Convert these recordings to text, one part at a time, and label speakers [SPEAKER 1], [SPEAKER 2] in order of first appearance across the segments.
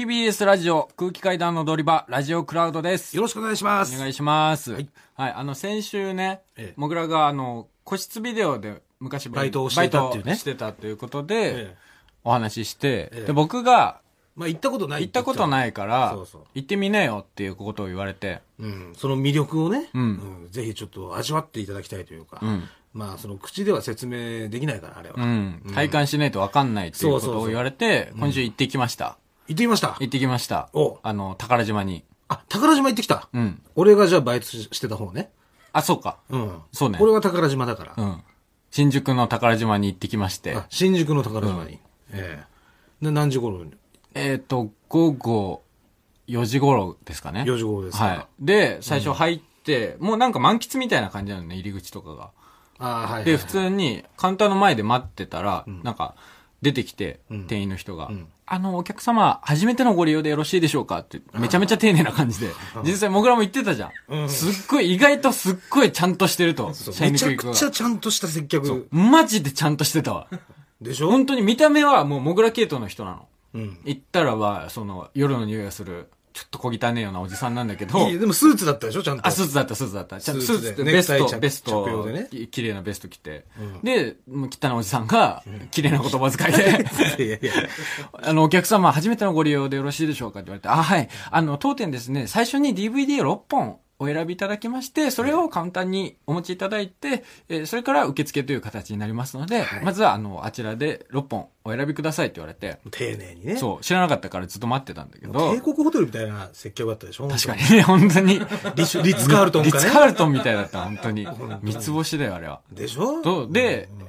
[SPEAKER 1] TBS ラジオ空気階段の踊り場、ラジオクラウドです。
[SPEAKER 2] よろしくお願いします。
[SPEAKER 1] お願いします。は
[SPEAKER 2] はいい。
[SPEAKER 1] あの、先週ね
[SPEAKER 2] ええ、
[SPEAKER 1] もぐらが、あの、個室ビデオで昔
[SPEAKER 2] バイトをしてたっていうね
[SPEAKER 1] バイトしてたということで
[SPEAKER 2] ええ、
[SPEAKER 1] お話しして、
[SPEAKER 2] ええ
[SPEAKER 1] で、僕が
[SPEAKER 2] まあ、行ったことない
[SPEAKER 1] 行ったこと
[SPEAKER 2] い。
[SPEAKER 1] ないから
[SPEAKER 2] そうそう、
[SPEAKER 1] 行ってみなよっていうことを言われて、
[SPEAKER 2] うん。その魅力をね、
[SPEAKER 1] うん
[SPEAKER 2] うんぜひちょっと味わっていただきたいというか、
[SPEAKER 1] ん
[SPEAKER 2] まあ、その口では説明できないから、あれは。
[SPEAKER 1] う
[SPEAKER 2] 行
[SPEAKER 1] ん、体感しないとわかんないっていうこ
[SPEAKER 2] そう
[SPEAKER 1] と
[SPEAKER 2] そう
[SPEAKER 1] を
[SPEAKER 2] そう
[SPEAKER 1] 言われて、今週行ってきました。
[SPEAKER 2] ってきました
[SPEAKER 1] 行。ってきました
[SPEAKER 2] お。
[SPEAKER 1] あの、宝島に。
[SPEAKER 2] あ、宝島行ってきた。
[SPEAKER 1] うん。
[SPEAKER 2] 俺がじゃあバイトししてた方ね。
[SPEAKER 1] あ、そうか。
[SPEAKER 2] うん。
[SPEAKER 1] そうね
[SPEAKER 2] 俺は宝島だから。
[SPEAKER 1] うん。新宿の宝島に行ってきまして。
[SPEAKER 2] あ新宿の宝島に。ええで、何時頃に
[SPEAKER 1] えっ、と、午後4時頃ですかね。
[SPEAKER 2] 4時頃ですか
[SPEAKER 1] はい。で、最初入って、もうなんか満喫みたいな感じなのね、入り口とかが。
[SPEAKER 2] ああ、はい、はい。
[SPEAKER 1] で、普通にカウンターの前で待ってたら、なんか、出てきて、
[SPEAKER 2] ん
[SPEAKER 1] 店員の人が、
[SPEAKER 2] ん
[SPEAKER 1] あの、お客様、初めてのご利用でよろしいでしょうかって、めちゃめちゃ丁寧な感じで、実際、もぐらも言ってたじゃん。
[SPEAKER 2] うん
[SPEAKER 1] すっごい、意外とすっごいちゃんとしてると。
[SPEAKER 2] そう
[SPEAKER 1] シャイ
[SPEAKER 2] め
[SPEAKER 1] ニ
[SPEAKER 2] ち
[SPEAKER 1] ーク
[SPEAKER 2] ゃ
[SPEAKER 1] イック
[SPEAKER 2] く
[SPEAKER 1] が
[SPEAKER 2] ちゃちゃんとした接客。
[SPEAKER 1] マジでちゃんとしてたわ。
[SPEAKER 2] でしょ
[SPEAKER 1] 本当に見た目はもう、もぐら系統の人なの。
[SPEAKER 2] うん。
[SPEAKER 1] 行ったらは、その、夜の匂いがする、ちょっと小汚ねえようなおじさんなんだけど、
[SPEAKER 2] いいでもスーツだったでしょちゃんと。
[SPEAKER 1] あ、スーツだった、スーツだった。ちゃんとス
[SPEAKER 2] ス
[SPEAKER 1] ー
[SPEAKER 2] ー
[SPEAKER 1] ツ
[SPEAKER 2] ツ
[SPEAKER 1] って
[SPEAKER 2] で
[SPEAKER 1] ベス
[SPEAKER 2] ネク
[SPEAKER 1] ト、
[SPEAKER 2] タイ着
[SPEAKER 1] ベスト
[SPEAKER 2] 着用でね
[SPEAKER 1] き綺麗なベスト着て。
[SPEAKER 2] うん
[SPEAKER 1] で、もう汚いおじさんが、綺麗な言葉遣い で、
[SPEAKER 2] いやいやいや。
[SPEAKER 1] あの、お客様、初めてのご利用でよろしいでしょうかって言われて、あ、はい。あの、当店ですね、最初に DVD6 本お選びいただきまして、それを簡単にお持ちいただいて、えーそれから受付という形になりますので、
[SPEAKER 2] はい
[SPEAKER 1] まずは、あの、あちらで6本お選びくださいって言われて、
[SPEAKER 2] 丁寧にね。
[SPEAKER 1] そう、知らなかったからずっと待ってたんだけど
[SPEAKER 2] 帝、国ホテルみたいな接客だったでしょ
[SPEAKER 1] 確かにね、 本当に。
[SPEAKER 2] リッリッツ・カールトン
[SPEAKER 1] リ
[SPEAKER 2] か
[SPEAKER 1] ッ
[SPEAKER 2] ね。
[SPEAKER 1] ツ・カールトンみたいだった、本当に。三つ星だよ、あれは。
[SPEAKER 2] でしょ
[SPEAKER 1] とで
[SPEAKER 2] うん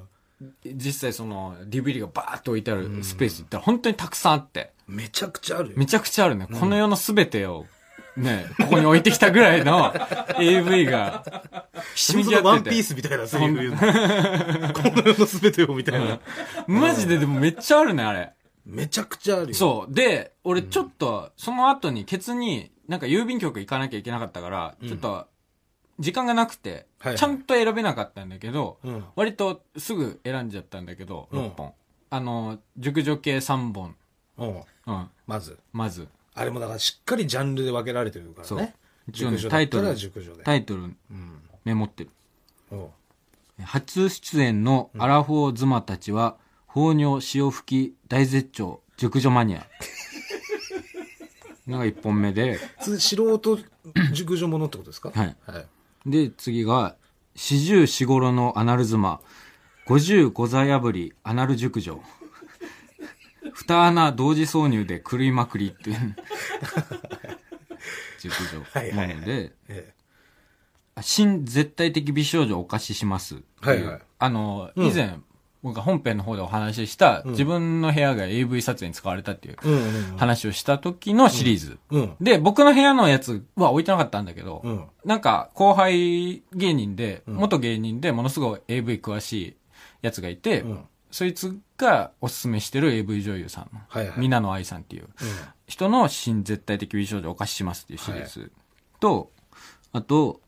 [SPEAKER 1] 実際その DVD がバーッと置いてあるスペース行ったら本当にたくさんあって、
[SPEAKER 2] めちゃくちゃあるよ。
[SPEAKER 1] めちゃくちゃあるね。この世の全てを、ね、ここに置いてきたぐらい の AV が、ひしめ
[SPEAKER 2] 本当
[SPEAKER 1] き合
[SPEAKER 2] のワン
[SPEAKER 1] って
[SPEAKER 2] ピー
[SPEAKER 1] て。
[SPEAKER 2] スみたいなセリフ言うの。この世の全てをみたいな。
[SPEAKER 1] マジででもめっちゃあるね、あれ。
[SPEAKER 2] めちゃくちゃあるよ。
[SPEAKER 1] そう。で、俺ちょっと、その後にケツに、なんか郵便局行かなきゃいけなかったから、ちょっと、時間がなくて
[SPEAKER 2] はいは、い
[SPEAKER 1] ちゃんと選べなかったんだけど、
[SPEAKER 2] うん
[SPEAKER 1] 割とすぐ選んじゃったんだけど、
[SPEAKER 2] うん
[SPEAKER 1] 6本。あの、熟女系3本。
[SPEAKER 2] うん。
[SPEAKER 1] うん。
[SPEAKER 2] まず。
[SPEAKER 1] まず、
[SPEAKER 2] あれもだからしっかりジャンルで分けられてるからね。
[SPEAKER 1] 一応ね
[SPEAKER 2] 熟女だった
[SPEAKER 1] タイト
[SPEAKER 2] ら
[SPEAKER 1] ル
[SPEAKER 2] 熟女で。
[SPEAKER 1] タイトル
[SPEAKER 2] うん。
[SPEAKER 1] メモってる。
[SPEAKER 2] おう
[SPEAKER 1] 初出演のアラフォー妻たちは、放尿、潮吹き、大絶頂、熟女マニア。 のが一本目で、
[SPEAKER 2] つ素人熟女ものってことですか
[SPEAKER 1] はい。
[SPEAKER 2] はい。
[SPEAKER 1] で、次が、四十四五郎のアナル妻、五十五座破り、アナル熟女。二穴同時挿入で狂いまくりっていう。 熟女。
[SPEAKER 2] はいは
[SPEAKER 1] ない
[SPEAKER 2] はい
[SPEAKER 1] ので、
[SPEAKER 2] え
[SPEAKER 1] 新絶対的美少女をお貸しします。
[SPEAKER 2] はいはい
[SPEAKER 1] あの、
[SPEAKER 2] うん
[SPEAKER 1] 以前、僕が本編の方でお話しした、自分の部屋が AV 撮影に使われたっていう
[SPEAKER 2] え。うんうん
[SPEAKER 1] 話をした時のシリーズ。
[SPEAKER 2] うん。うん。
[SPEAKER 1] で、僕の部屋のやつは置いてなかったんだけど、
[SPEAKER 2] うん。
[SPEAKER 1] なんか後輩芸人で、元芸人でものすごい AV 詳しいやつがいて、
[SPEAKER 2] うん
[SPEAKER 1] そいつがおすすめしてる AV 女優さんの、
[SPEAKER 2] はいはい
[SPEAKER 1] 皆野愛さんっていう人の新絶対的美少女をお貸ししますっていうシリーズ、と、あと、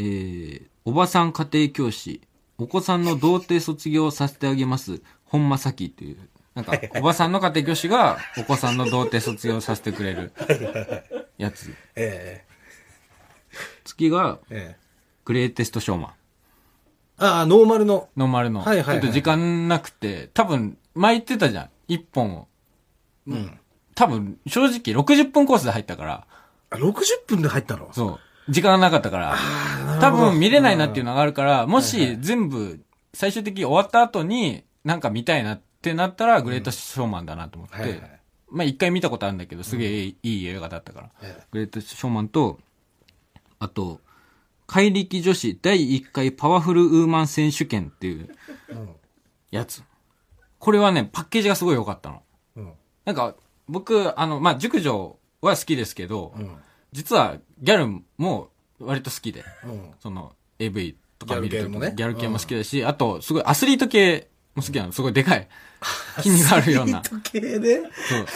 [SPEAKER 1] えー、おばさん家庭教師、お子さんの童貞卒業をさせてあげます、本間咲っていう、なんか、おばさんの家庭教師がお子さんの童貞卒業させてくれるやつ。
[SPEAKER 2] ええ。
[SPEAKER 1] 次が、
[SPEAKER 2] ええ。
[SPEAKER 1] グレイテストショーマン。
[SPEAKER 2] ああ、ノーマルの。
[SPEAKER 1] ノーマルの。
[SPEAKER 2] はいはいはい
[SPEAKER 1] ちょっと時間なくて、多分、巻いてたじゃん。一本を。
[SPEAKER 2] うん。
[SPEAKER 1] 多分、正直60分コースで入ったから、
[SPEAKER 2] あ、60分で入ったの
[SPEAKER 1] そう。時間がなかったから、多分見れないなっていうのがあるから、もし全部、最終的に終わった後に、なんか見たいなってなったら、グレートショーマンだなと思っ
[SPEAKER 2] はいは
[SPEAKER 1] て
[SPEAKER 2] い、
[SPEAKER 1] まあ一回見たことあるんだけど、すげえいいいい映画だったから
[SPEAKER 2] ええ、
[SPEAKER 1] グレートショーマンと、あと、怪力女子第1回パワフルウーマン選手権っていう
[SPEAKER 2] うん。
[SPEAKER 1] やつ。これはね、パッケージがすごい良かったの。
[SPEAKER 2] うん。
[SPEAKER 1] なんか、僕、あの、まあ、熟女は好きですけど、
[SPEAKER 2] うん。
[SPEAKER 1] 実はギャルも割と好きで、
[SPEAKER 2] うん。
[SPEAKER 1] その、AV とか見るとき
[SPEAKER 2] ギャル系もね
[SPEAKER 1] ギャル系も好きだし、あと、すごいアスリート系も好きなの。すごいでか い。筋肉あるような。
[SPEAKER 2] 筋肉系で
[SPEAKER 1] そう。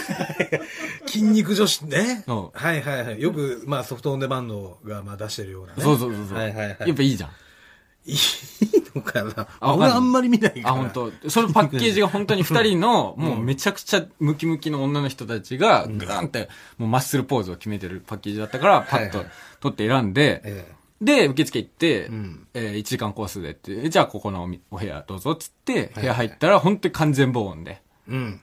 [SPEAKER 2] 筋肉女子ね。
[SPEAKER 1] そ
[SPEAKER 2] はいはいはい。よく、まあソフトオンデマンドがまあ出してるようなね。
[SPEAKER 1] そうそうそうそう。
[SPEAKER 2] はいはいはい。
[SPEAKER 1] やっぱいいじゃん。
[SPEAKER 2] いいのかな
[SPEAKER 1] あわかんな
[SPEAKER 2] 俺
[SPEAKER 1] い
[SPEAKER 2] あんまり見ないから。
[SPEAKER 1] あ、本当。そのパッケージが本当に二人の、もうめちゃくちゃムキムキの女の人たちが、グーンって、もうマッスルポーズを決めてるパッケージだったから、パッと
[SPEAKER 2] はいはい
[SPEAKER 1] 取って選んで、
[SPEAKER 2] え
[SPEAKER 1] で、受付行って、
[SPEAKER 2] ん
[SPEAKER 1] え1時間コースでって、えじゃあここのおみお部屋どうぞっつって、部屋入ったら本当に完全防音で。
[SPEAKER 2] え。うん。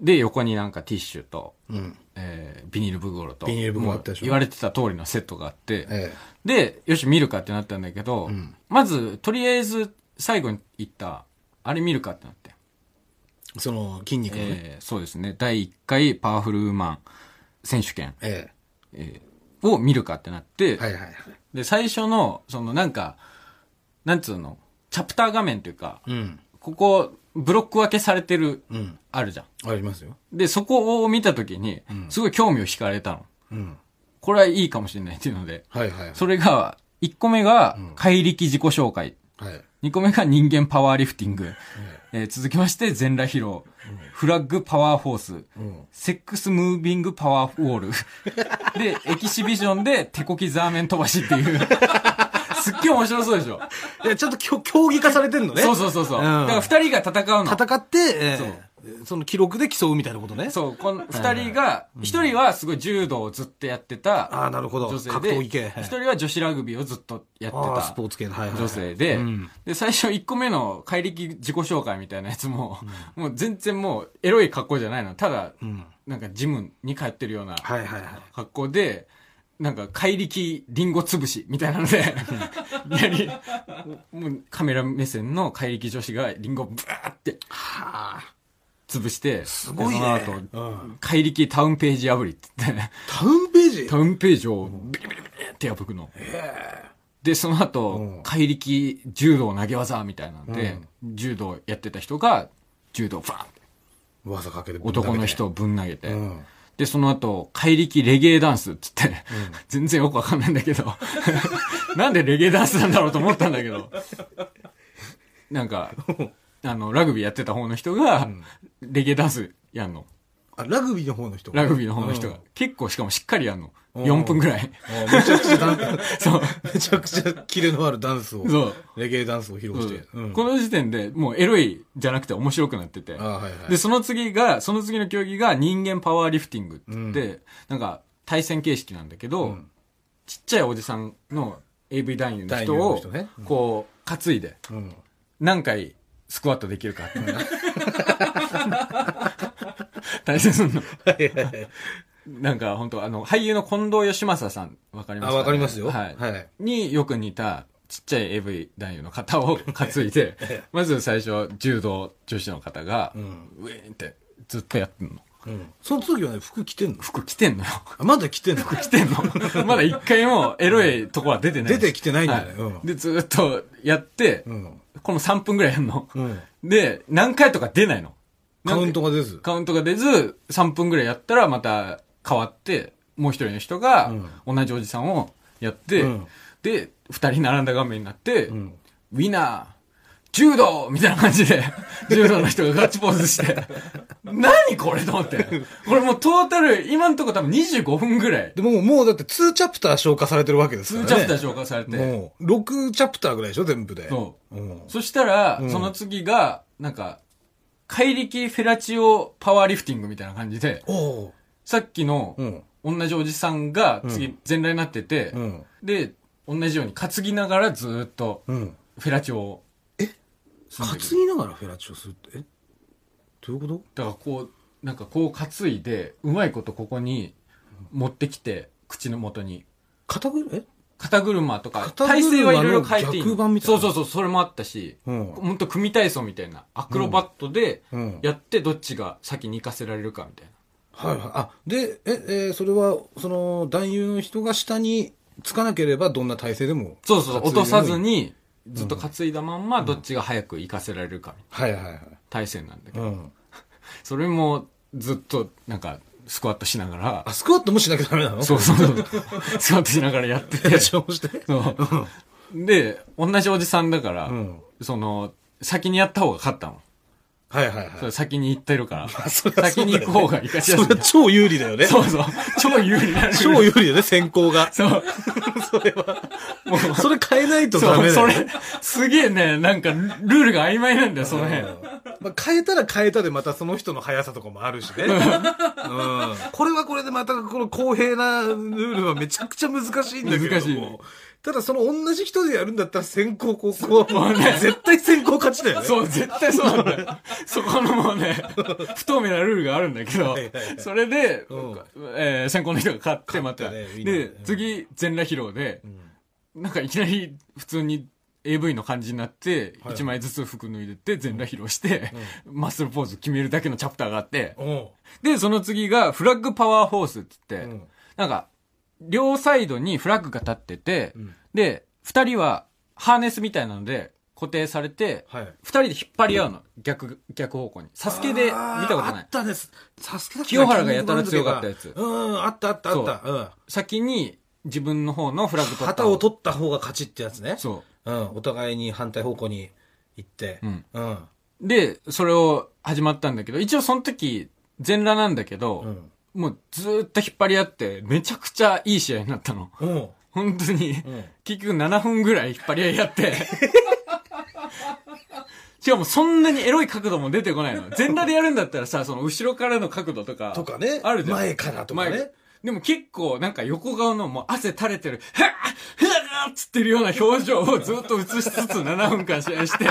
[SPEAKER 1] で、横になんかティッシュと、
[SPEAKER 2] うん。
[SPEAKER 1] えービニール袋と、
[SPEAKER 2] ビニール袋あったでし
[SPEAKER 1] もう
[SPEAKER 2] ょ
[SPEAKER 1] 言われてた通りのセットがあって、
[SPEAKER 2] え
[SPEAKER 1] で、よし、見るかってなったんだけど、
[SPEAKER 2] ん
[SPEAKER 1] まず、とりあえず、最後に言った、あれ見るかってなって。
[SPEAKER 2] え。その、筋肉のね。
[SPEAKER 1] えーそうですね。第1回パワフルウーマン選手権、
[SPEAKER 2] え
[SPEAKER 1] えーを見るかってなって、
[SPEAKER 2] え。はいはいはい。
[SPEAKER 1] で、最初の、そのなんか、なんつうの、チャプター画面というか、
[SPEAKER 2] うん。
[SPEAKER 1] ここ、ブロック分けされてる、
[SPEAKER 2] うん。
[SPEAKER 1] あるじゃん。
[SPEAKER 2] ありますよ。
[SPEAKER 1] で、そこを見たときに、すごい興味を惹かれたの。
[SPEAKER 2] うん。
[SPEAKER 1] これはいいかもしれないっていうので、
[SPEAKER 2] はいはいはい。
[SPEAKER 1] それが、1個目が、怪力自己紹介。
[SPEAKER 2] はい。
[SPEAKER 1] 2個目が人間パワーリフティング。えー続きまして、全裸披露。フラッグパワーフォース。
[SPEAKER 2] うん。
[SPEAKER 1] セックスムービングパワーウォール。で、エキシビションで手こきザーメン飛ばしって いう。すっげえ面白そうでしょ。
[SPEAKER 2] いや、ちょっときょ競技化されてんのね。
[SPEAKER 1] そうそうそうそう。
[SPEAKER 2] ん
[SPEAKER 1] だから二人が戦うの。
[SPEAKER 2] 戦って、ええその記録で競うみたいなことね。
[SPEAKER 1] そう、この二人が、一人はすごい柔道をずっとやって
[SPEAKER 2] ああ、
[SPEAKER 1] た
[SPEAKER 2] なるほど。
[SPEAKER 1] 女
[SPEAKER 2] 格
[SPEAKER 1] 性
[SPEAKER 2] 闘技
[SPEAKER 1] で
[SPEAKER 2] 系、。
[SPEAKER 1] 一人は女子ラグビーをずっとやって
[SPEAKER 2] ああ、ス
[SPEAKER 1] た
[SPEAKER 2] ポーツ系の。はいはい。
[SPEAKER 1] 女性で
[SPEAKER 2] うん、
[SPEAKER 1] で、最初一個目の怪力自己紹介みたいなやつも、もう全然もうエロい格好じゃないの。ただ、
[SPEAKER 2] うん。
[SPEAKER 1] なんかジムに通ってるような。
[SPEAKER 2] はいはいはい。
[SPEAKER 1] 格好で、なんか、怪力リンゴ潰しみたいなの で、いきなり、もうカメラ目線の怪力女子がリンゴをブワーって
[SPEAKER 2] はあ。
[SPEAKER 1] 潰して、
[SPEAKER 2] すご
[SPEAKER 1] で
[SPEAKER 2] いね。
[SPEAKER 1] その後、
[SPEAKER 2] うん
[SPEAKER 1] 怪力タウンページ破りって言って、
[SPEAKER 2] タウンページ
[SPEAKER 1] タウンページをビリビリビリって破くの。で、その後、
[SPEAKER 2] うん
[SPEAKER 1] 怪力柔道投げ技みたいなんで、柔道やってた人が、柔道バーンって
[SPEAKER 2] 技かけてぶん投げて
[SPEAKER 1] 男の人をぶん投げて、
[SPEAKER 2] うん。
[SPEAKER 1] で、その後、怪力レゲエダンスっつって、 全然よくわかんないんだけど、 なんでレゲエダンスなんだろうと思ったんだけど、なん か、あの、ラグビーやってた方の人が、レゲエダンスやんの。
[SPEAKER 2] あ、ラグビーの方の人。
[SPEAKER 1] ラグビーの方の人が。結構しかもしっかりやんの。
[SPEAKER 2] ん
[SPEAKER 1] 4分ぐらい。
[SPEAKER 2] うん。あめちゃくちゃダン
[SPEAKER 1] そう。
[SPEAKER 2] めちゃくちゃキレのあるダンスを。
[SPEAKER 1] そう。
[SPEAKER 2] レゲエダンスを披露して。うん
[SPEAKER 1] この時点でもうエロいじゃなくて面白くなってて。
[SPEAKER 2] あはいはい。
[SPEAKER 1] で、その次が、その次の競技が人間パワーリフティングって言って、なんか対戦形式なんだけど、
[SPEAKER 2] ん
[SPEAKER 1] ちっちゃいおじさんの AV 男優の人
[SPEAKER 2] 男優の
[SPEAKER 1] を
[SPEAKER 2] 人ね、
[SPEAKER 1] こう、担いで、
[SPEAKER 2] うん。
[SPEAKER 1] 何回スクワットできるかって。 対戦するの。
[SPEAKER 2] はいは いはい。
[SPEAKER 1] なんか本当あの、俳優の近藤義正さん、わかります
[SPEAKER 2] あ、
[SPEAKER 1] かね、
[SPEAKER 2] わかりますよ。
[SPEAKER 1] はい。
[SPEAKER 2] はい。
[SPEAKER 1] によく似た、ちっちゃい AV 男優の方を担い で、まず最初、柔道女子の方が、
[SPEAKER 2] う
[SPEAKER 1] ウ
[SPEAKER 2] ん。
[SPEAKER 1] ェーンってずっとやってんの。
[SPEAKER 2] うん。その時はね、服着てんの
[SPEAKER 1] 服着てんのよ。
[SPEAKER 2] あ、まだ着てんの
[SPEAKER 1] 着てん の。まだ一回もエロいとこは出てないし
[SPEAKER 2] 出てきてないんだよね
[SPEAKER 1] は
[SPEAKER 2] うん
[SPEAKER 1] で、ずーっとやって、
[SPEAKER 2] うん。
[SPEAKER 1] この3分ぐらいやんの。
[SPEAKER 2] うん。
[SPEAKER 1] で、何回とか出ないの。
[SPEAKER 2] カウント
[SPEAKER 1] が。
[SPEAKER 2] が出ず。
[SPEAKER 1] カウントが出ず、3分ぐらいやったらまた変わって、もう一人の人が同じおじさんをやって、
[SPEAKER 2] うん
[SPEAKER 1] で、二人並んだ画面になって、
[SPEAKER 2] ん
[SPEAKER 1] ウィナー、柔道みたいな感じ で、柔道の人がガッチポーズして、何これと思って。これもうトータル、今んとこ多分25分ぐらい、
[SPEAKER 2] でも、もうだって2チャプター消化されてるわけですから
[SPEAKER 1] 2
[SPEAKER 2] ね。
[SPEAKER 1] チャプター消化されて、
[SPEAKER 2] もう、6チャプターぐらいでしょ、全部で。。
[SPEAKER 1] そう
[SPEAKER 2] うん。
[SPEAKER 1] そしたら、その次が、なんか、怪力フェラチオパワーリフティングみたいな感じで、
[SPEAKER 2] おう
[SPEAKER 1] さっきの
[SPEAKER 2] う、ん。
[SPEAKER 1] 同じおじさんが、次、全裸になってて、
[SPEAKER 2] うん。
[SPEAKER 1] で、同じように担ぎながらずーっと、
[SPEAKER 2] うん。
[SPEAKER 1] フェラチオを。え
[SPEAKER 2] 担ぎながらフェラチオするって、えどういうこと
[SPEAKER 1] だからこう、なんかこう担いで、うまいことここに持ってきて、口の元に。
[SPEAKER 2] 肩ぐるえ
[SPEAKER 1] 肩車とか、
[SPEAKER 2] 肩車
[SPEAKER 1] 体
[SPEAKER 2] の
[SPEAKER 1] 勢はいろいろ変えていい
[SPEAKER 2] 逆版みたいな
[SPEAKER 1] そうそうそう、それもあったし、
[SPEAKER 2] うん
[SPEAKER 1] ほんと組体操みたいな、アクロバットで
[SPEAKER 2] うん、
[SPEAKER 1] やってどっちが先に行かせられるかみたいな。
[SPEAKER 2] はいはい。あ、で、え、えーそれは、その、男優の人が下につかなければどんな体勢でも。
[SPEAKER 1] そうそう、落とさず
[SPEAKER 2] に。
[SPEAKER 1] に、ずっと担いだまんま、どっちが早く行かせられるかみたいな
[SPEAKER 2] はいはいはい。
[SPEAKER 1] 体勢なんだけど。
[SPEAKER 2] うん。
[SPEAKER 1] それもずっとなんかスクワットしながら、
[SPEAKER 2] あ、スクワットもしなきゃダメ なの
[SPEAKER 1] そうそうそう、スクワットしながらやって
[SPEAKER 2] フェ
[SPEAKER 1] て
[SPEAKER 2] ラ、チオもして。
[SPEAKER 1] そうで、同じおじさんだから、
[SPEAKER 2] うん
[SPEAKER 1] その、先にやった方が勝ったの。
[SPEAKER 2] はいはいはい。
[SPEAKER 1] それ先に行ってるから。
[SPEAKER 2] そりゃそ
[SPEAKER 1] 先
[SPEAKER 2] うだ
[SPEAKER 1] に
[SPEAKER 2] よね
[SPEAKER 1] 行く方がいいかし
[SPEAKER 2] そ
[SPEAKER 1] ら
[SPEAKER 2] れ。は超有利だよね。
[SPEAKER 1] そうそう。超有利な。
[SPEAKER 2] 超有利だよね、先行が。
[SPEAKER 1] そう。
[SPEAKER 2] それは。それ変えないとダ
[SPEAKER 1] そう、
[SPEAKER 2] メだ
[SPEAKER 1] そ
[SPEAKER 2] よ、ね。
[SPEAKER 1] れ、すげえね、なんか、ルールが曖昧なんだよ、その辺。
[SPEAKER 2] うんまあ、変えたら変えたでまたその人の速さとかもあるしね。うん。これはこれでまたこの公平なルールはめちゃくちゃ難しいんだけれ
[SPEAKER 1] 難
[SPEAKER 2] ど
[SPEAKER 1] しい
[SPEAKER 2] も
[SPEAKER 1] ね。
[SPEAKER 2] ただその同じ人でやるんだったら先行後攻はもう絶対先行勝ちだよね。
[SPEAKER 1] そう、絶対そうなんだよ。そこのもうね、不透明なルールがあるんだけど
[SPEAKER 2] はいはいはい、
[SPEAKER 1] それで
[SPEAKER 2] うん、
[SPEAKER 1] えー先行の人が勝ってまた。
[SPEAKER 2] 勝ってねいい
[SPEAKER 1] で
[SPEAKER 2] ねうん、
[SPEAKER 1] 次、全裸披露で
[SPEAKER 2] ん、
[SPEAKER 1] なんかいきなり普通に AV の感じになって、
[SPEAKER 2] はい
[SPEAKER 1] 一枚ずつ服脱いでって、全裸披露して、マッスルポーズ決めるだけのチャプターがあって、
[SPEAKER 2] お
[SPEAKER 1] で、その次が、フラッグパワーホースって言
[SPEAKER 2] う
[SPEAKER 1] って、
[SPEAKER 2] ん。
[SPEAKER 1] なんか、両サイドにフラッグが立ってて、
[SPEAKER 2] うん
[SPEAKER 1] で、二人は、ハーネスみたいなので、固定されて、
[SPEAKER 2] はい。
[SPEAKER 1] 二人で引っ張り合うの。逆、逆方向に。サスケで見たこと
[SPEAKER 2] あーあ
[SPEAKER 1] ない
[SPEAKER 2] っ。たです。サスケだっけ
[SPEAKER 1] 清原がやたら強かったやつ
[SPEAKER 2] うん、あったあったあった。うん。
[SPEAKER 1] 先に、自分の方のフラッグ取った
[SPEAKER 2] 旗
[SPEAKER 1] 方。
[SPEAKER 2] を取った方が勝ちってやつね。
[SPEAKER 1] そ
[SPEAKER 2] うん。お互いに反対方向に行って。
[SPEAKER 1] うん。
[SPEAKER 2] うん。
[SPEAKER 1] う。で、それを始まったんだけど、一応その時、全裸なんだけど、
[SPEAKER 2] うん。
[SPEAKER 1] もうずーっと引っ張り合って、めちゃくちゃいい試合になったの。
[SPEAKER 2] うん。
[SPEAKER 1] 本当に、
[SPEAKER 2] うん
[SPEAKER 1] 結局7分ぐらい引っ張り合いや って。しかもそんなにエロい角度も出てこないの。全裸でやるんだったらさ、その後ろからの角度とか。
[SPEAKER 2] とかね
[SPEAKER 1] あるじゃん。
[SPEAKER 2] 前からとかね
[SPEAKER 1] 前でも結構なんか横顔のもう汗垂れてる、はぁはぁっつってるような表情をずっと映しつつ7分間試合 して。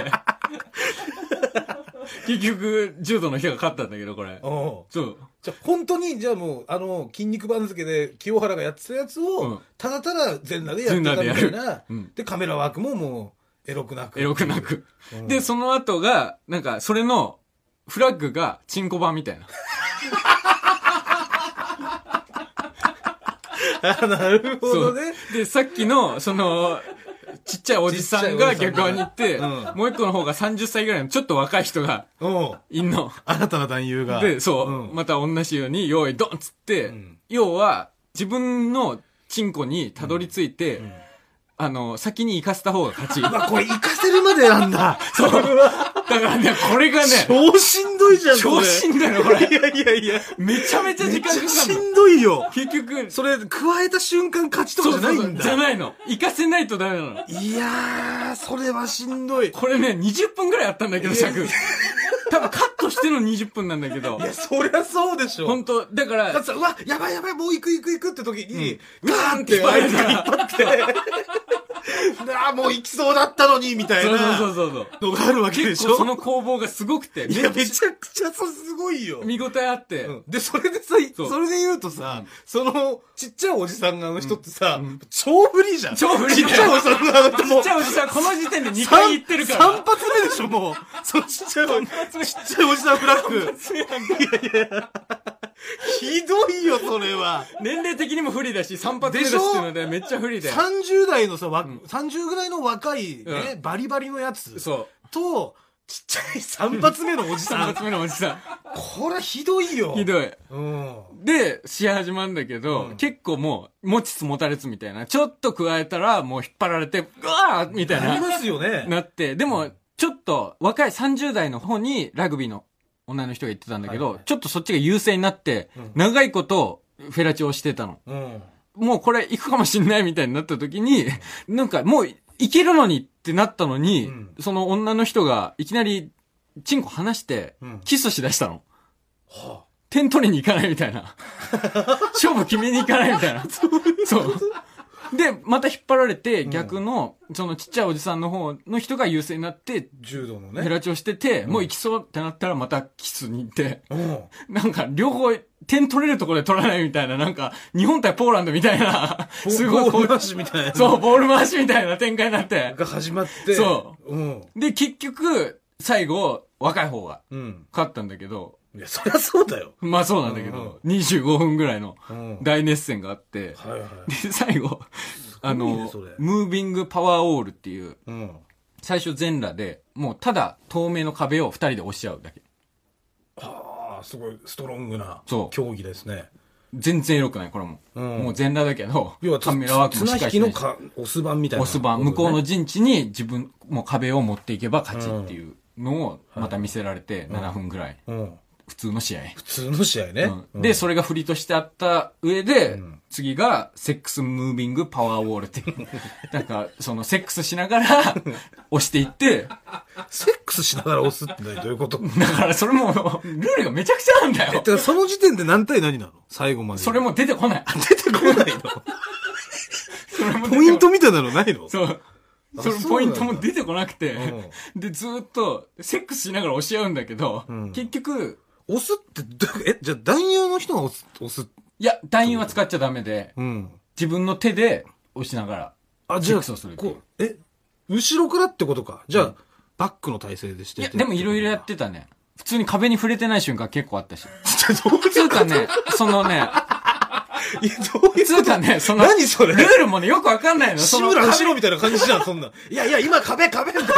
[SPEAKER 1] 結局、柔道の人が勝ったんだけど、これ。
[SPEAKER 2] うん。
[SPEAKER 1] そう。
[SPEAKER 2] じゃあ本当に、じゃあもう、あの、筋肉番付で清原がやってたやつを、
[SPEAKER 1] うん
[SPEAKER 2] ただただ全裸でやってたみたい
[SPEAKER 1] 全
[SPEAKER 2] な。
[SPEAKER 1] うん
[SPEAKER 2] で、カメラワークももう、エロくなく。
[SPEAKER 1] エロくなく。
[SPEAKER 2] うん
[SPEAKER 1] で、その後が、なんか、それの、フラッグが、チンコ版みたいな。
[SPEAKER 2] あ なるほどね。
[SPEAKER 1] で、さっきの、その、ちっちゃいおじさんが
[SPEAKER 2] ちっちゃいおじ
[SPEAKER 1] 逆
[SPEAKER 2] さ
[SPEAKER 1] 側
[SPEAKER 2] んが
[SPEAKER 1] に行って、
[SPEAKER 2] うん
[SPEAKER 1] もう一個の方が30歳ぐらいのちょっと若い人が、
[SPEAKER 2] うん。
[SPEAKER 1] いんの。
[SPEAKER 2] 新たな男優が。
[SPEAKER 1] で、そう、
[SPEAKER 2] うん
[SPEAKER 1] また同じように、用意ドンっつって、
[SPEAKER 2] ん
[SPEAKER 1] 要は、自分のチンコにたどり着いて、あの、先に行かせた方が勝ち。だ
[SPEAKER 2] まあ、これ、行かせるまでなんだ。それは、
[SPEAKER 1] からね、これがね、
[SPEAKER 2] 超しんどいじゃん、
[SPEAKER 1] 超しんどいの、これ。
[SPEAKER 2] いやいやいや。
[SPEAKER 1] めちゃめちゃ時
[SPEAKER 2] めっ
[SPEAKER 1] 間か
[SPEAKER 2] ち
[SPEAKER 1] か
[SPEAKER 2] ゃ
[SPEAKER 1] る
[SPEAKER 2] し
[SPEAKER 1] の。
[SPEAKER 2] んどいよ。
[SPEAKER 1] 結局、
[SPEAKER 2] それ、加えた瞬間勝ちとかじゃないんだ。
[SPEAKER 1] じゃないの。行かせないとダメなの。
[SPEAKER 2] いやー、それはしんどい。
[SPEAKER 1] これね、20分ぐらいあったんだけど、尺。多分カットしての20分なんだけど
[SPEAKER 2] い。や、そりゃそうでしょ。
[SPEAKER 1] 本当だから
[SPEAKER 2] だっ、てさうわ、やばいやばい、もう行く行く行くって時に、ガーンって
[SPEAKER 1] 引っ張
[SPEAKER 2] 相
[SPEAKER 1] る
[SPEAKER 2] 手
[SPEAKER 1] か
[SPEAKER 2] が
[SPEAKER 1] ら
[SPEAKER 2] 引っ張 って、ああ、もう行きそうだったのに、みたい
[SPEAKER 1] そう
[SPEAKER 2] な
[SPEAKER 1] そうそうそう。
[SPEAKER 2] のがあるわけでし
[SPEAKER 1] 結構そ
[SPEAKER 2] ょ。
[SPEAKER 1] の攻防がすごくて、
[SPEAKER 2] いや、めちゃくちゃそうすごいよ。
[SPEAKER 1] 見応えあって、
[SPEAKER 2] うんで、それでさ、
[SPEAKER 1] そう
[SPEAKER 2] それで言うとさ、その、ちっちゃいおじさんがあの人ってさ
[SPEAKER 1] うん、
[SPEAKER 2] 超不利じゃん。
[SPEAKER 1] 超不利
[SPEAKER 2] ちっちゃいおじさんがあの人
[SPEAKER 1] ち
[SPEAKER 2] も
[SPEAKER 1] っちゃいおじさん、この時点で2
[SPEAKER 2] 三
[SPEAKER 1] 回行ってるから。
[SPEAKER 2] 三発目でしょ、もう。そのちっちゃいお、ちっちゃいおじさんフラッグ。ひどいよ、それは。
[SPEAKER 1] 年齢的にも不利だし、3発目だし
[SPEAKER 2] でし
[SPEAKER 1] っ
[SPEAKER 2] ょ
[SPEAKER 1] ていうので、めっちゃ不利で。
[SPEAKER 2] 30代のさ、わ30ぐらいの若いね、
[SPEAKER 1] う
[SPEAKER 2] バリバリのやつ
[SPEAKER 1] そう。
[SPEAKER 2] と、ちっちゃい3発目のおじ
[SPEAKER 1] 3
[SPEAKER 2] さん。
[SPEAKER 1] 発目のおじ さ
[SPEAKER 2] これひどいよ。
[SPEAKER 1] ん。ひどい。
[SPEAKER 2] うん。
[SPEAKER 1] で、試合始まるんだけど、
[SPEAKER 2] うん
[SPEAKER 1] 結構もう、持ちつ持たれつみたいな。ちょっと加えたら、もう引っ張られて、うわーみたい
[SPEAKER 2] あ
[SPEAKER 1] な
[SPEAKER 2] り。ますよね。
[SPEAKER 1] なって、でも、ちょっと若い30代の方にラグビーの女の人が言ってたんだけど、
[SPEAKER 2] はいはい
[SPEAKER 1] ちょっとそっちが優勢になって、
[SPEAKER 2] うん
[SPEAKER 1] 長いことフェラチオしてたの。
[SPEAKER 2] うん。
[SPEAKER 1] もうこれ行くかもしんないみたいになった時に、なんかもういけるのにってなったのに、
[SPEAKER 2] うん
[SPEAKER 1] その女の人がいきなりチンコ離して
[SPEAKER 2] うん、
[SPEAKER 1] キスしだしたの。
[SPEAKER 2] は
[SPEAKER 1] 点取りに行かないみたいな。勝負決めに行かないみたい な。そう。で、また引っ張られて、逆の、そのちっちゃいおじさんの方の人が優勢になって、
[SPEAKER 2] 柔道の
[SPEAKER 1] ヘ
[SPEAKER 2] ね。
[SPEAKER 1] ラチョしてて、もう行きそうってなったらまたキスに行って、
[SPEAKER 2] うん。
[SPEAKER 1] なんか両方点取れるところで取らないみたいな、なんか日本対ポーランドみたい な、すごい
[SPEAKER 2] こ
[SPEAKER 1] こ
[SPEAKER 2] う
[SPEAKER 1] う、
[SPEAKER 2] 話みたいな。
[SPEAKER 1] そう、ボール回しみたいな展開になって。
[SPEAKER 2] が始まって。。
[SPEAKER 1] そう
[SPEAKER 2] うん。
[SPEAKER 1] で、結局、最後、若い方が
[SPEAKER 2] うん。
[SPEAKER 1] 勝ったんだけど、
[SPEAKER 2] いや、そりゃそうだよ。
[SPEAKER 1] まあそうなんだけど、25分ぐらいの
[SPEAKER 2] うん。
[SPEAKER 1] 大熱戦があって、
[SPEAKER 2] はいはい。
[SPEAKER 1] で、最後、あの
[SPEAKER 2] それ、
[SPEAKER 1] ムービングパワーオールっていう、
[SPEAKER 2] うん。
[SPEAKER 1] 最初全裸で、もうただ透明の壁を二人で押し合うだけ。
[SPEAKER 2] ああ、すごいストロングな
[SPEAKER 1] そう
[SPEAKER 2] 競技ですね。
[SPEAKER 1] 全然エロくない、これも。
[SPEAKER 2] うん
[SPEAKER 1] もう全裸だけど、
[SPEAKER 2] 要はつ、
[SPEAKER 1] カメラワークもしっ
[SPEAKER 2] 綱
[SPEAKER 1] か
[SPEAKER 2] 引
[SPEAKER 1] り
[SPEAKER 2] き
[SPEAKER 1] しな
[SPEAKER 2] の
[SPEAKER 1] いし
[SPEAKER 2] か、オス版みたいな。
[SPEAKER 1] 押す番、向こうの陣地に自分、もう壁を持っていけば勝ちっていうのをまた見せられて7分ぐらい。
[SPEAKER 2] うん。
[SPEAKER 1] 普通の試合。
[SPEAKER 2] 普通の試合ね。
[SPEAKER 1] うんで、それが振りとしてあった上で、
[SPEAKER 2] ん
[SPEAKER 1] 次が、セックスムービングパワーウォールって いう。なんか、その、セックスしながら、押していって、
[SPEAKER 2] セックスしながら押すってどういうこと
[SPEAKER 1] だからそれも、ルールがめちゃくちゃなんだ
[SPEAKER 2] え、
[SPEAKER 1] よ
[SPEAKER 2] て。かその時点で何対何なの最後まで。
[SPEAKER 1] それも出てこない。
[SPEAKER 2] 出てこないの
[SPEAKER 1] それも出てこない
[SPEAKER 2] ポイントみたいなのないの
[SPEAKER 1] そう。
[SPEAKER 2] あ
[SPEAKER 1] その
[SPEAKER 2] そう
[SPEAKER 1] ポイ
[SPEAKER 2] なん
[SPEAKER 1] ン
[SPEAKER 2] だ
[SPEAKER 1] トも出てこなくて、で、ずーっと、セックスしながら押し合うんだけど、
[SPEAKER 2] うん
[SPEAKER 1] 結局、
[SPEAKER 2] 押すってどう、え、じゃあ男優の人が押す、押す。
[SPEAKER 1] いや、団員は使っちゃダメで、
[SPEAKER 2] うん。
[SPEAKER 1] 自分の手で押しながら。
[SPEAKER 2] あ、じゃあ、
[SPEAKER 1] セックスをするっていう
[SPEAKER 2] こう、え、後ろからってことか。じゃあ、
[SPEAKER 1] うん
[SPEAKER 2] バックの体勢でして
[SPEAKER 1] い
[SPEAKER 2] っ
[SPEAKER 1] や、
[SPEAKER 2] て
[SPEAKER 1] でもいろいろやってたね。普通に壁に触れてない瞬間結構あったし。
[SPEAKER 2] じゃあどう
[SPEAKER 1] 普通かね、そのね、
[SPEAKER 2] いやどうい
[SPEAKER 1] 普通
[SPEAKER 2] う
[SPEAKER 1] かね、その、
[SPEAKER 2] 何それ
[SPEAKER 1] ルールもね、よくわかんないの。
[SPEAKER 2] 志
[SPEAKER 1] その
[SPEAKER 2] 村走ろみたいな感じじゃん、そんなん。いやいや、今壁、壁みたいな。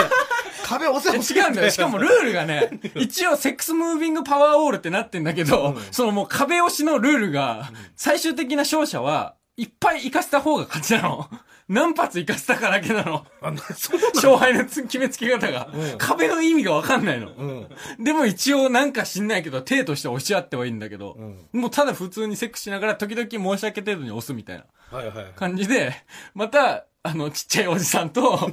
[SPEAKER 2] 壁押せ、押せ。
[SPEAKER 1] 違うんだよ。しかもルールが ね、一応セックスムービングパワーオールってなってんだけど、
[SPEAKER 2] うん
[SPEAKER 1] そのもう壁押しのルールが、最終的な勝者はいっぱい行かせた方が勝ちなの。何発行かせたかだけなの。
[SPEAKER 2] あ、なそうな
[SPEAKER 1] 勝敗のつ決めつけ方が、
[SPEAKER 2] うん
[SPEAKER 1] 壁の意味がわかんないの。
[SPEAKER 2] の
[SPEAKER 1] でも一応なんか知んないけど、手として押し合ってはいいんだけど、
[SPEAKER 2] うん。
[SPEAKER 1] もうただ普通にセックスしながら時々申し訳程度に押すみたいな
[SPEAKER 2] はいはいはい。
[SPEAKER 1] 感じで、 また、あの、ちっちゃいおじさんと、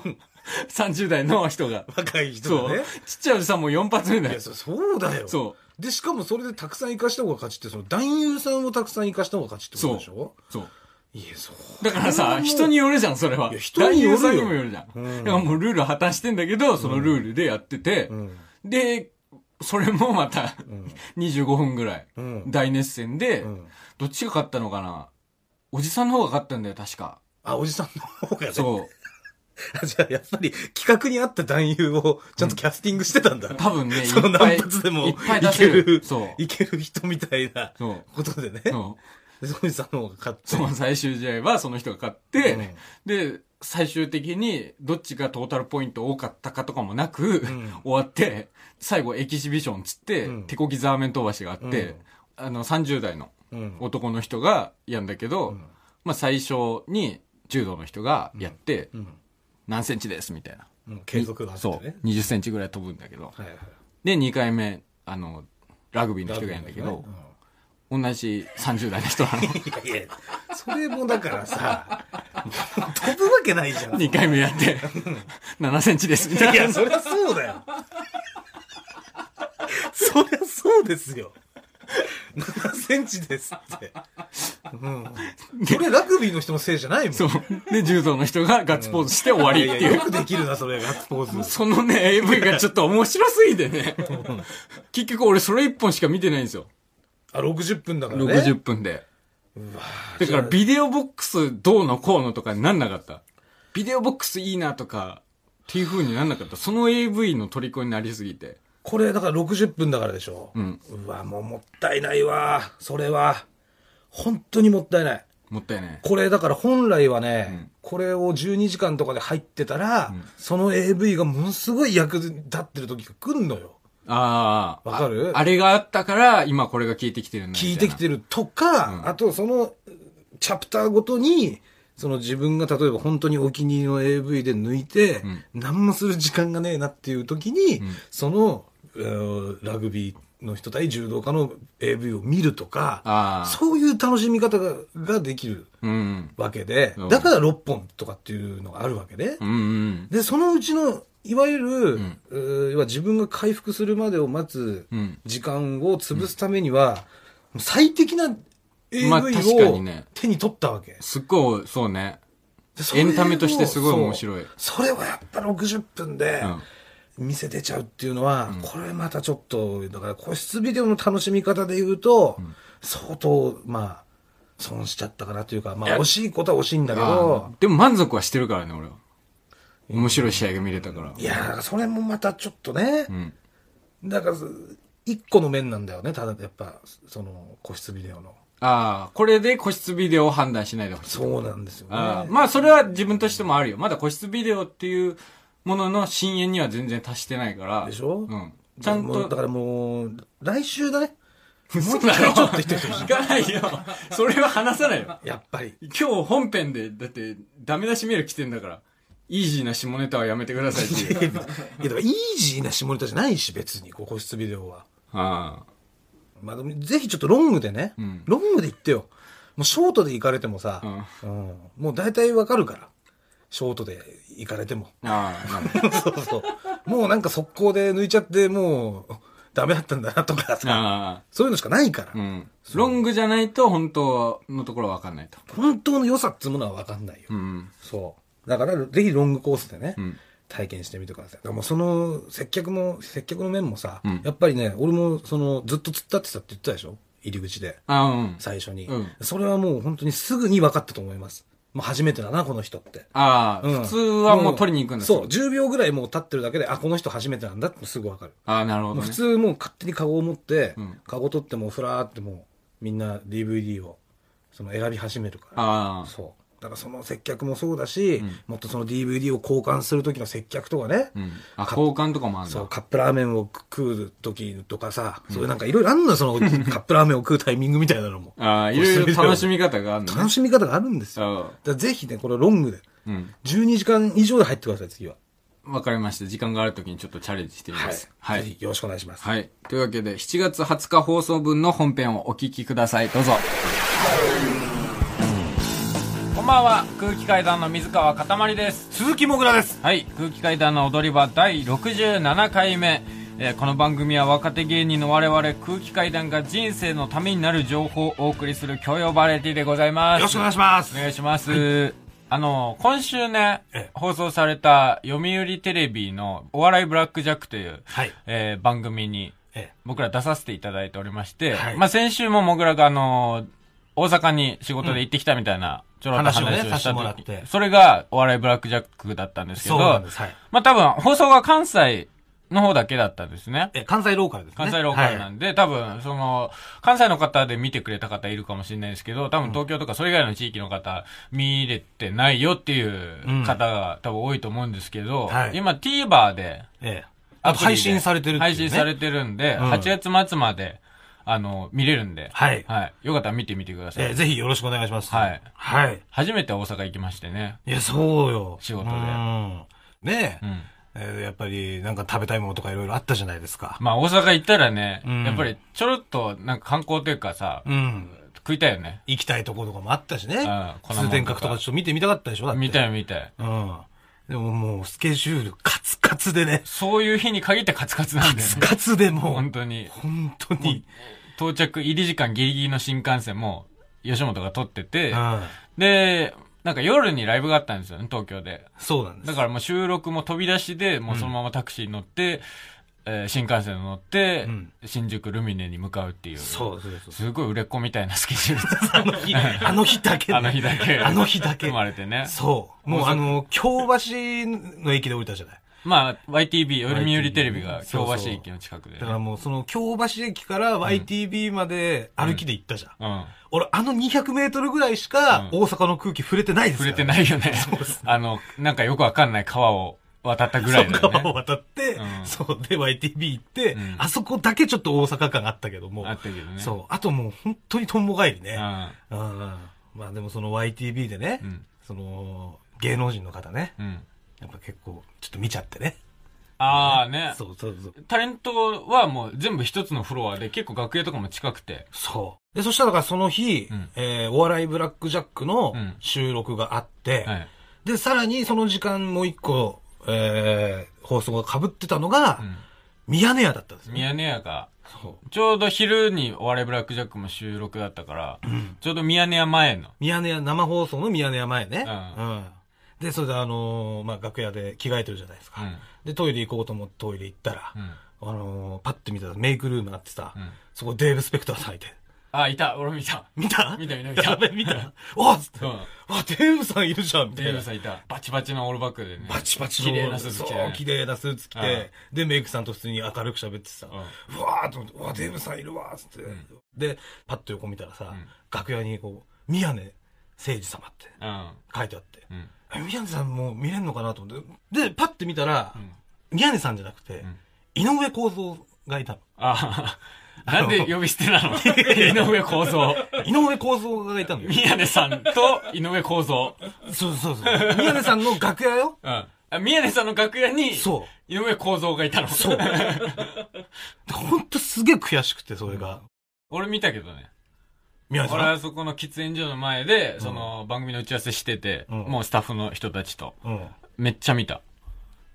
[SPEAKER 1] 30代の人が、
[SPEAKER 2] 若い人
[SPEAKER 1] そ
[SPEAKER 2] が
[SPEAKER 1] う
[SPEAKER 2] ね。。
[SPEAKER 1] ちっちゃいおじさんも4発目
[SPEAKER 2] い
[SPEAKER 1] だ
[SPEAKER 2] や、
[SPEAKER 1] よ。
[SPEAKER 2] そそうだよ。
[SPEAKER 1] そ
[SPEAKER 2] で、しかもそれでたくさん生かした方が勝ちって、その男優さんをたくさん生かした方が勝ちってことでしょ
[SPEAKER 1] う。そう。
[SPEAKER 2] いや、そう。
[SPEAKER 1] だからさ、人によるじゃん、それは。
[SPEAKER 2] いや人によるよ
[SPEAKER 1] 男優さんにもよるじゃん。
[SPEAKER 2] うん
[SPEAKER 1] だからもうルール破綻してんだけど、そのルールでやってて、
[SPEAKER 2] うん。
[SPEAKER 1] で、それもまた、
[SPEAKER 2] うん。
[SPEAKER 1] 25分ぐらい、
[SPEAKER 2] うん。
[SPEAKER 1] 大熱戦で、
[SPEAKER 2] うん
[SPEAKER 1] どっちが勝ったのかなおじさんの方が勝ったんだよ、確か。
[SPEAKER 2] あ、おじさんの方がね。
[SPEAKER 1] そう。
[SPEAKER 2] じゃあ、やっぱり企画に合った男優をちゃんとキャスティングしてたんだ。
[SPEAKER 1] 多分ね、い
[SPEAKER 2] その
[SPEAKER 1] っぱい、
[SPEAKER 2] 何
[SPEAKER 1] い
[SPEAKER 2] 発でも
[SPEAKER 1] っぱい出せ
[SPEAKER 2] いけ
[SPEAKER 1] る
[SPEAKER 2] る。
[SPEAKER 1] そう。
[SPEAKER 2] いける人みたいな
[SPEAKER 1] そう。
[SPEAKER 2] ことでね。
[SPEAKER 1] そう。
[SPEAKER 2] でおじさんの方が勝って。
[SPEAKER 1] その最終試合はその人が勝って、
[SPEAKER 2] うん
[SPEAKER 1] で、最終的にどっちがトータルポイント多かったかとかもなく、
[SPEAKER 2] ん
[SPEAKER 1] 終わって、最後エキシビションつって、
[SPEAKER 2] うん
[SPEAKER 1] 手こぎザーメン飛ばしがあって、
[SPEAKER 2] うん
[SPEAKER 1] あの30代の
[SPEAKER 2] うん。
[SPEAKER 1] 男の人がやんだけど、
[SPEAKER 2] うん
[SPEAKER 1] まあ最初に柔道の人がやって、
[SPEAKER 2] うん。
[SPEAKER 1] 何センチですみたいな。
[SPEAKER 2] うん継続があって
[SPEAKER 1] そ
[SPEAKER 2] ね。
[SPEAKER 1] う。20センチぐらい飛ぶんだけど。
[SPEAKER 2] はいはい。
[SPEAKER 1] で、2回目、あの、ラグビーの人がやんだけど、同じ30代の人な の。
[SPEAKER 2] うん。いやいや、それもだからさ、飛ぶわけないじゃん。い
[SPEAKER 1] 2回目やって、7センチですみたいな。
[SPEAKER 2] や、そりゃそうだよ。そりゃそうですよ。7センチですって。うん。それラグビーの人のせいじゃないもん。
[SPEAKER 1] そう。で、柔道の人がガッツポーズして終わりって
[SPEAKER 2] いや
[SPEAKER 1] い
[SPEAKER 2] よ
[SPEAKER 1] う。
[SPEAKER 2] くできるな、それ、ガッツポーズ。
[SPEAKER 1] そのね、AV がちょっと面白すぎてね。結局俺それ一本しか見てないんですよ。
[SPEAKER 2] あ、60分だからね。
[SPEAKER 1] 60分で。だからビデオボックスどうのこうのとかになんなかった。ビデオボックスいいなとか、っていう風になんなかった。その AV の虜になりすぎて。。
[SPEAKER 2] これ、だから60分だからでしょ。うんうわ、もうもったいないわ。それは。本当にもったいない。
[SPEAKER 1] もったいない。
[SPEAKER 2] これ、だから本来はね、
[SPEAKER 1] うん
[SPEAKER 2] これを12時間とかで入ってたら、その AV がものすごい役立ってる時が来んのよ。
[SPEAKER 1] ああ。
[SPEAKER 2] わかる
[SPEAKER 1] あれがあったから、今これが効いてきてるんだ
[SPEAKER 2] 聞いてき
[SPEAKER 1] る。
[SPEAKER 2] てるとか、あとそのチャプターごとに、その自分が例えば本当にお気に入りの AV で抜いて、
[SPEAKER 1] ん
[SPEAKER 2] 何もする時間がねえなっていう時に、その、えーラグビーの人対柔道家の AV を見ると
[SPEAKER 1] あ
[SPEAKER 2] か
[SPEAKER 1] ー、
[SPEAKER 2] そういう楽しみ方がができる
[SPEAKER 1] うん。
[SPEAKER 2] わけで
[SPEAKER 1] うん、
[SPEAKER 2] だから6本とかっていうのがあるわけね。
[SPEAKER 1] うんうん。
[SPEAKER 2] で、そのうちの、いわゆる、えー要は自分が回復するまでを待つ
[SPEAKER 1] うん
[SPEAKER 2] 時間を潰すためには、最適な
[SPEAKER 1] まあ確
[SPEAKER 2] AV
[SPEAKER 1] かに
[SPEAKER 2] を
[SPEAKER 1] ね
[SPEAKER 2] 手に取ったわけ。
[SPEAKER 1] すっごい、そうね。
[SPEAKER 2] でそれを
[SPEAKER 1] エンタメとしてすごい面白い
[SPEAKER 2] そうそれをやっぱ60分で
[SPEAKER 1] うん
[SPEAKER 2] 見せてちゃうっていうのは、これまたちょっと、だから個室ビデオの楽しみ方で言うと、相当、まあ、損しちゃったかなというか、まあ惜しいことは惜しいんだけ
[SPEAKER 1] あ
[SPEAKER 2] ど、
[SPEAKER 1] ーでも満足はしてるからね、俺は。面白い試合が見れたから。
[SPEAKER 2] いやー、それもまたちょっとね、
[SPEAKER 1] うん。
[SPEAKER 2] だから、一個の面なんだよね、ただやっぱ、その、個室ビデオの。
[SPEAKER 1] ああ、これで個室ビデオを判断しないでほしい。
[SPEAKER 2] そうなんですよね。
[SPEAKER 1] あーまあ、それは自分としてもあるよ。まだ個室ビデオっていうものの深淵には全然達してないから。
[SPEAKER 2] でしょ
[SPEAKER 1] うん。ちゃん
[SPEAKER 2] もうだ
[SPEAKER 1] と。
[SPEAKER 2] からもう、来 週だね。
[SPEAKER 1] 嘘
[SPEAKER 2] もう一回ちょっと言ってほしい
[SPEAKER 1] 聞かないよ。 それは話さないよ。
[SPEAKER 2] やっぱり。
[SPEAKER 1] 今日本編で、だって、ダメ出しメール来てんだから。イージーな下ネタはやめてください っていう。
[SPEAKER 2] いや、でもイージーな下ネタじゃないし、別に、こう個室ビデオは。
[SPEAKER 1] あ
[SPEAKER 2] まあ、でもぜひちょっとロングでね、
[SPEAKER 1] ん
[SPEAKER 2] ロングで行ってよ。もうショートで行かれてもさ、うんもう大体わかるから。ショートで行かれても。
[SPEAKER 1] あ。ああ、なるほど。
[SPEAKER 2] そうそう。もうなんか速攻で抜いちゃって、もう、ダメだったんだなとかさ、
[SPEAKER 1] あ
[SPEAKER 2] そういうのしかないから。
[SPEAKER 1] あ。うん。ロングじゃないと本当のところはわかんないと。
[SPEAKER 2] 本当の良さっつうものはわかんないよ。
[SPEAKER 1] うん。
[SPEAKER 2] そう。だから、ぜひロングコースでね、
[SPEAKER 1] うん。
[SPEAKER 2] 体験してみてください。でもうその、接客も、接客の面もさ、
[SPEAKER 1] うん
[SPEAKER 2] やっぱりね、俺もその、ずっと突っ立ってたって言ってたでしょ入り口で。
[SPEAKER 1] ああ、うん。
[SPEAKER 2] 最初に、
[SPEAKER 1] うん
[SPEAKER 2] それはもう本当にすぐに分かったと思います。もう初めてだな、この人って。
[SPEAKER 1] ああ、
[SPEAKER 2] うん
[SPEAKER 1] 普通はもう取りに行くんだ
[SPEAKER 2] そう、10秒ぐらいもう立ってるだけで、あ、この人初めてなんだってすぐ分かる。
[SPEAKER 1] ああ、なるほ
[SPEAKER 2] も
[SPEAKER 1] ど、
[SPEAKER 2] う
[SPEAKER 1] ね。
[SPEAKER 2] 普通もう勝手にカゴを持って、
[SPEAKER 1] ん
[SPEAKER 2] カゴ取ってもうふらーってもうみんな DVD をその選び始めるから。
[SPEAKER 1] ああ。
[SPEAKER 2] そう。だからその接客もそうだし、もっとその DVD を交換する時の接客とかね、
[SPEAKER 1] うん。あ、交換とかもあるん
[SPEAKER 2] そう、
[SPEAKER 1] だ。
[SPEAKER 2] カップラーメンを食う時とかさ、そういうなんかいろいろあんの よ、そのカップラーメンを食うタイミングみたいなのも。
[SPEAKER 1] ああ、いろいろ楽しみ方があるんだ
[SPEAKER 2] 楽
[SPEAKER 1] ね。
[SPEAKER 2] しみ方があるんです
[SPEAKER 1] そ
[SPEAKER 2] よ。だからぜひね、これロングで。
[SPEAKER 1] う。うん。
[SPEAKER 2] 12時間以上で入ってください、次は。
[SPEAKER 1] わかりました。時間があるときにちょっとチャレンジしてみます。はい。
[SPEAKER 2] ぜひよろしくお願いします。
[SPEAKER 1] はい。というわけで、7月20日放送分の本編をお聞きください。どうぞ。こんばんは。空気階段の水川かたまりです。
[SPEAKER 2] 鈴木もぐらです。
[SPEAKER 1] はい。空気階段の踊り場第67回目。えーこの番組は若手芸人の我々空気階段が人生のためになる情報をお送りする教養バラエティでございます。
[SPEAKER 2] よろしくお願いします。
[SPEAKER 1] お願いします。あの、今週ね
[SPEAKER 2] ええ、
[SPEAKER 1] 放送された読売テレビのお笑いブラックジャックという、
[SPEAKER 2] はい
[SPEAKER 1] えー番組に
[SPEAKER 2] ええ
[SPEAKER 1] 僕ら出させていただいておりまして、
[SPEAKER 2] はい
[SPEAKER 1] まあ先週ももぐらがあの、大阪に仕事で行ってきたみたいな、ちょろっと話を
[SPEAKER 2] 話をねさ
[SPEAKER 1] し
[SPEAKER 2] せ
[SPEAKER 1] た
[SPEAKER 2] てもらっ
[SPEAKER 1] 時、
[SPEAKER 2] て
[SPEAKER 1] それがお笑いブラックジャックだったんですけど、
[SPEAKER 2] そうなんです。はい。
[SPEAKER 1] まあ多分放送が関西の方だけだったんですね。
[SPEAKER 2] え、関西ローカルですね。
[SPEAKER 1] 関西ローカルな
[SPEAKER 2] はい
[SPEAKER 1] んで、多分、その、関西の方で見てくれた方いるかもしれないですけど、多分東京とかそれ以外の地域の方、見れてないよっていう方が多分多いと思うんですけど、
[SPEAKER 2] はい
[SPEAKER 1] 今 TVer で、
[SPEAKER 2] ええ。あと配信されてるっていうね
[SPEAKER 1] 配信されてるんで、
[SPEAKER 2] ん
[SPEAKER 1] 8月末まで、あの、見れるんで、
[SPEAKER 3] はい
[SPEAKER 1] よかったら見てみてください。
[SPEAKER 3] えーぜひよろしくお願いします。
[SPEAKER 1] はい
[SPEAKER 3] はい。
[SPEAKER 1] 初めて大阪行きましてね。
[SPEAKER 3] いや、そうよ。
[SPEAKER 1] 仕事で
[SPEAKER 3] うん。ね
[SPEAKER 1] う
[SPEAKER 3] え、
[SPEAKER 1] ん。
[SPEAKER 3] えーやっぱり、なんか食べたいものとかいろいろあったじゃないですか。
[SPEAKER 1] まあ大阪行ったらね、
[SPEAKER 3] ん
[SPEAKER 1] やっぱりちょろっとなんか観光というかさ、
[SPEAKER 3] うん。
[SPEAKER 1] 食いたいよね。
[SPEAKER 3] 行きたいところとかもあったしね
[SPEAKER 1] あ。ー
[SPEAKER 3] 通天閣とかちょっと見てみたかったでしょだって。
[SPEAKER 1] 見たい見たい。
[SPEAKER 3] うん。でももう、スケジュールカツカツでね。
[SPEAKER 1] そういう日に限ってカツカツなん
[SPEAKER 3] カ
[SPEAKER 1] だよ
[SPEAKER 3] ツ
[SPEAKER 1] ね。
[SPEAKER 3] カツでも
[SPEAKER 1] 本
[SPEAKER 3] う、
[SPEAKER 1] 当に。
[SPEAKER 3] 本当に。
[SPEAKER 1] 到着入り時間ギリギリの新幹線も、吉本が撮ってて
[SPEAKER 3] う、ん。
[SPEAKER 1] で、なんか夜にライブがあったんですよね、東京で。
[SPEAKER 3] そうなんです。
[SPEAKER 1] だからもう収録も飛び出しで、もうそのままタクシーに乗って、えー新幹線に乗って、
[SPEAKER 3] うん
[SPEAKER 1] 新宿ルミネに向かうっていう。
[SPEAKER 3] そうそうそう。
[SPEAKER 1] すごい売れっ子みたいなスケジュールです。
[SPEAKER 3] あの日、あの日だけ、
[SPEAKER 1] あの日だけ。
[SPEAKER 3] あの日だけ
[SPEAKER 1] 生。まれてね。
[SPEAKER 3] そう。もうあの、京橋の駅で降りたじゃない。
[SPEAKER 1] まあ、YTB、読売テレビが
[SPEAKER 3] YTB
[SPEAKER 1] 京橋駅の近くでね。
[SPEAKER 3] だからもうその京橋駅から YTB まで歩きで行ったじゃん。
[SPEAKER 1] うん。
[SPEAKER 3] 俺あの200メートルぐらいしか
[SPEAKER 1] うん
[SPEAKER 3] 大阪の空気触れてないですか
[SPEAKER 1] 触
[SPEAKER 3] ら
[SPEAKER 1] れてないよね。 あの、なんかよくわかんない川を渡ったぐらいだよ
[SPEAKER 3] 川を
[SPEAKER 1] ね。
[SPEAKER 3] 渡って、
[SPEAKER 1] うん
[SPEAKER 3] そうで YTB 行って、
[SPEAKER 1] うん
[SPEAKER 3] あそこだけちょっと大阪感あったけども、
[SPEAKER 1] あったけどね。
[SPEAKER 3] そうあともう本当にとんぼ帰り
[SPEAKER 1] う
[SPEAKER 3] ね、
[SPEAKER 1] ん。
[SPEAKER 3] うんまあでもその YTB でね、
[SPEAKER 1] うん。
[SPEAKER 3] その芸能人の方ね
[SPEAKER 1] うん。
[SPEAKER 3] やっぱ結構ちょっと見ちゃってね
[SPEAKER 1] ああね。
[SPEAKER 3] そうそうそう
[SPEAKER 1] タレントはもう全部一つのフロアで結構楽屋とかも近くて。
[SPEAKER 3] そうでそしたらだからその日、
[SPEAKER 1] うん
[SPEAKER 3] えーお笑いブラックジャックの
[SPEAKER 1] うん
[SPEAKER 3] 収録があって、
[SPEAKER 1] はい。
[SPEAKER 3] で、さらにその時間もう一個、えー、放送が被ってたのが、
[SPEAKER 1] う
[SPEAKER 3] ミヤネ屋だったんです
[SPEAKER 1] ん。
[SPEAKER 3] よ。
[SPEAKER 1] ミヤネ屋が、
[SPEAKER 3] そう。
[SPEAKER 1] ちょうど昼にお笑いブラックジャックも収録だったから、ちょうどミヤネ屋前の。
[SPEAKER 3] ミヤネ屋、生放送のミヤネ屋前ね。
[SPEAKER 1] う
[SPEAKER 3] うん。で、それであのーまあ、楽屋で着替えてるじゃないです
[SPEAKER 1] う
[SPEAKER 3] か。
[SPEAKER 1] ん。
[SPEAKER 3] で、トイレ行こうと思ってトイレ行ったら、
[SPEAKER 1] うん。
[SPEAKER 3] あのーパッて見たらメイクルームあってさ、
[SPEAKER 1] うん
[SPEAKER 3] そこデーブ・スペクターさんいて。
[SPEAKER 1] あ、いた。俺見た。
[SPEAKER 3] 見た
[SPEAKER 1] 見た見た見た
[SPEAKER 3] やべ、見た。おっつって、
[SPEAKER 1] うん
[SPEAKER 3] わ、デーブさんいるじゃんみた
[SPEAKER 1] デ
[SPEAKER 3] いな。
[SPEAKER 1] ーブさんいた。バチバチのオールバックでね。
[SPEAKER 3] バチバチの。
[SPEAKER 1] 綺麗なスーツ着てね。
[SPEAKER 3] そう、綺麗なスーツ着て、で、メイクさんと普通に明るく喋ってさ、
[SPEAKER 1] う
[SPEAKER 3] うわーと思って、うわ、デーブさんいるわーっつって、で、パッと横見たらさ、
[SPEAKER 1] ん
[SPEAKER 3] 楽屋にこう、宮根誠司様って
[SPEAKER 1] うん。
[SPEAKER 3] 書いてあって、
[SPEAKER 1] うん。
[SPEAKER 3] え宮根さんもう見れんのかなと思って、で、パッて見たら、
[SPEAKER 1] ん
[SPEAKER 3] 宮根さんじゃなくて、
[SPEAKER 1] ん
[SPEAKER 3] 井上公造がいたの。
[SPEAKER 1] あ なんで呼び捨てな の井上公造。
[SPEAKER 2] 井上公造がいたの よ。
[SPEAKER 1] 宮根さんと井上公造。
[SPEAKER 2] そうそうそう。宮根さんの楽 屋よ。
[SPEAKER 1] うん。あ宮根さんの楽屋に、
[SPEAKER 2] そ
[SPEAKER 1] 井上公造がいたの。
[SPEAKER 2] そう。う。ほんとすげえ悔しくて、それが。
[SPEAKER 1] 俺見たけどね。
[SPEAKER 2] 宮根さ
[SPEAKER 1] 俺
[SPEAKER 2] ん。
[SPEAKER 1] はそこの喫煙所の前で、その番組の打ち合わせしてて、
[SPEAKER 2] うん
[SPEAKER 1] もうスタッフの人たちと。
[SPEAKER 2] うん。
[SPEAKER 1] めっちゃ見た。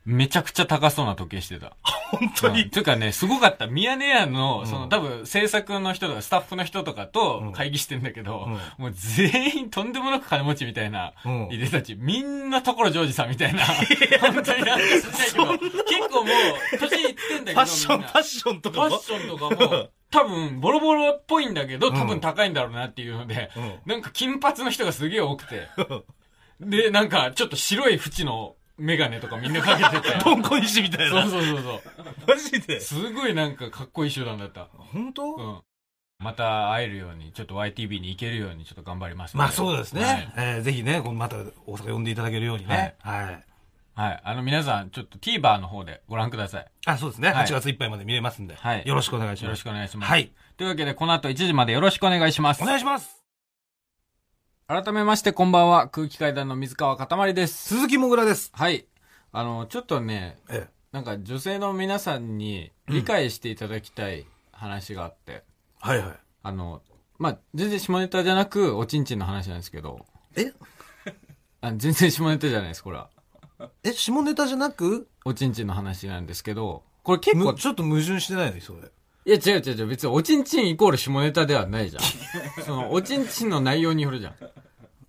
[SPEAKER 1] めちゃくちゃ高そうな時計してた。
[SPEAKER 2] 本当
[SPEAKER 1] と
[SPEAKER 2] に。
[SPEAKER 1] いうかね、すごかった。ミヤネ屋の、その、
[SPEAKER 2] うん
[SPEAKER 1] 多分、制作の人とか、スタッフの人とか
[SPEAKER 2] う
[SPEAKER 1] と
[SPEAKER 2] ん
[SPEAKER 1] 会議してんだけど、
[SPEAKER 2] うん
[SPEAKER 1] もう全員とんでもなく金持ちみたいな、
[SPEAKER 2] うん
[SPEAKER 1] いでたち、みんな所ジョージさんみたいな、本当になんか知らないけど、結構もう、年いってんだけど、
[SPEAKER 2] ファッション、
[SPEAKER 1] みん
[SPEAKER 2] フ
[SPEAKER 1] な
[SPEAKER 2] ァッションと
[SPEAKER 1] フ
[SPEAKER 2] か
[SPEAKER 1] ァ
[SPEAKER 2] も。
[SPEAKER 1] ッションとかも、多分、ボロボロっぽいんだけど、多
[SPEAKER 2] う
[SPEAKER 1] 分
[SPEAKER 2] ん
[SPEAKER 1] 高いんだろうなっていうので、
[SPEAKER 2] うん
[SPEAKER 1] なんか金髪の人がすげえ多くて、 で、なんか、ちょっと白い縁のメガネとかみんなかけてて、
[SPEAKER 2] どんこ石みた い
[SPEAKER 1] そう
[SPEAKER 2] な。
[SPEAKER 1] そうそうそう。
[SPEAKER 2] マジです
[SPEAKER 1] ごいなんかかっこいい集団だった。
[SPEAKER 2] 本当
[SPEAKER 1] うん。また会えるように、ちょっと YTV に行けるようにちょっと頑張りますの。
[SPEAKER 2] まあそうですね。
[SPEAKER 1] はい
[SPEAKER 2] えーぜひね、このまた大阪呼んでいただけるようにね。はい。
[SPEAKER 1] はい。あの皆さん、ちょっと TVer の方でご覧ください。
[SPEAKER 2] あ、そうですね。
[SPEAKER 1] はい
[SPEAKER 2] 8月いっぱいまで見れますんで。
[SPEAKER 1] はい
[SPEAKER 2] よろしくお願いし
[SPEAKER 1] よ
[SPEAKER 2] ま
[SPEAKER 1] ろし
[SPEAKER 2] す。
[SPEAKER 1] くお願いします。
[SPEAKER 2] はい。
[SPEAKER 1] というわけで、この後1時までよろしくお願いします
[SPEAKER 2] お。願いします。
[SPEAKER 1] 改めまして、こんばんは。空気階段の水川かたまりです。
[SPEAKER 2] 鈴木もぐらです。
[SPEAKER 1] はい。あの、ちょっとね、
[SPEAKER 2] え
[SPEAKER 1] なんか女性の皆さんに理解していただきたい話があって、
[SPEAKER 2] はいはい。
[SPEAKER 1] あの、まあ、全然下ネタじゃなく、おちんちんの話なんですけど、
[SPEAKER 2] え
[SPEAKER 1] あ全然下ネタじゃないです、これは。
[SPEAKER 2] え、下ネタじゃなく、
[SPEAKER 1] おちんちんの話なんですけど、これ結構
[SPEAKER 2] む、ちょっと矛盾してないのそれ。
[SPEAKER 1] いや違う違う違う、別におちんちんイコール下ネタではないじゃん。 その、おちんちんの内容によるじゃん。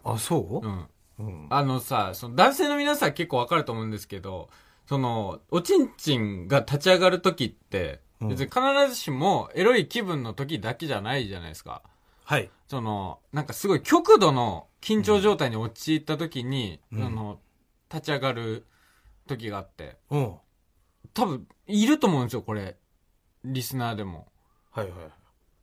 [SPEAKER 2] あ、そう
[SPEAKER 1] う、ん。
[SPEAKER 2] うん、
[SPEAKER 1] あのさ、その男性の皆さん結構わかると思うんですけど、その、おちんちんが立ち上がるときって、
[SPEAKER 2] うん
[SPEAKER 1] 別に必ずしもエロい気分の時だけじゃないじゃないですか。
[SPEAKER 2] はい。
[SPEAKER 1] その、なんかすごい極度の緊張状態に陥った時に、
[SPEAKER 2] うん
[SPEAKER 1] あの、立ち上がる時があって、
[SPEAKER 2] うん。は
[SPEAKER 1] 多分、いると思うんですよ、これ。リスナーでも。
[SPEAKER 2] いはい。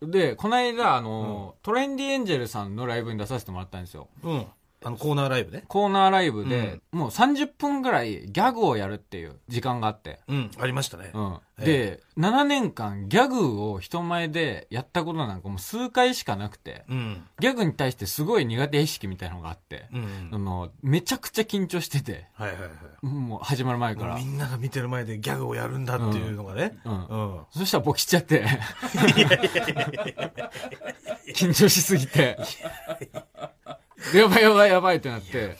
[SPEAKER 1] で、この間、あの、トレンディエンジェルさんのライブに出させてもらったんですよ。
[SPEAKER 2] うん。あの、コーナーライブね。
[SPEAKER 1] コーナーライブで、もう30分ぐらいギャグをやるっていう時間があって。
[SPEAKER 2] うん。ありましたね。
[SPEAKER 1] うん。
[SPEAKER 2] ええ
[SPEAKER 1] で、7年間ギャグを人前でやったことなんかもう数回しかなくて、
[SPEAKER 2] うん。
[SPEAKER 1] ギャグに対してすごい苦手意識みたいなのがあって。
[SPEAKER 2] うん。
[SPEAKER 1] あの、めちゃくちゃ緊張してて、
[SPEAKER 2] はいはいはい。
[SPEAKER 1] もう始まる前か
[SPEAKER 2] もう
[SPEAKER 1] ら
[SPEAKER 2] み。んなが見てる前でギャグをやるんだっていうのがね。
[SPEAKER 1] うん
[SPEAKER 2] う。ん。
[SPEAKER 1] そしたらボキっちゃって。緊張しすぎて。やばいやばいやばいってなって。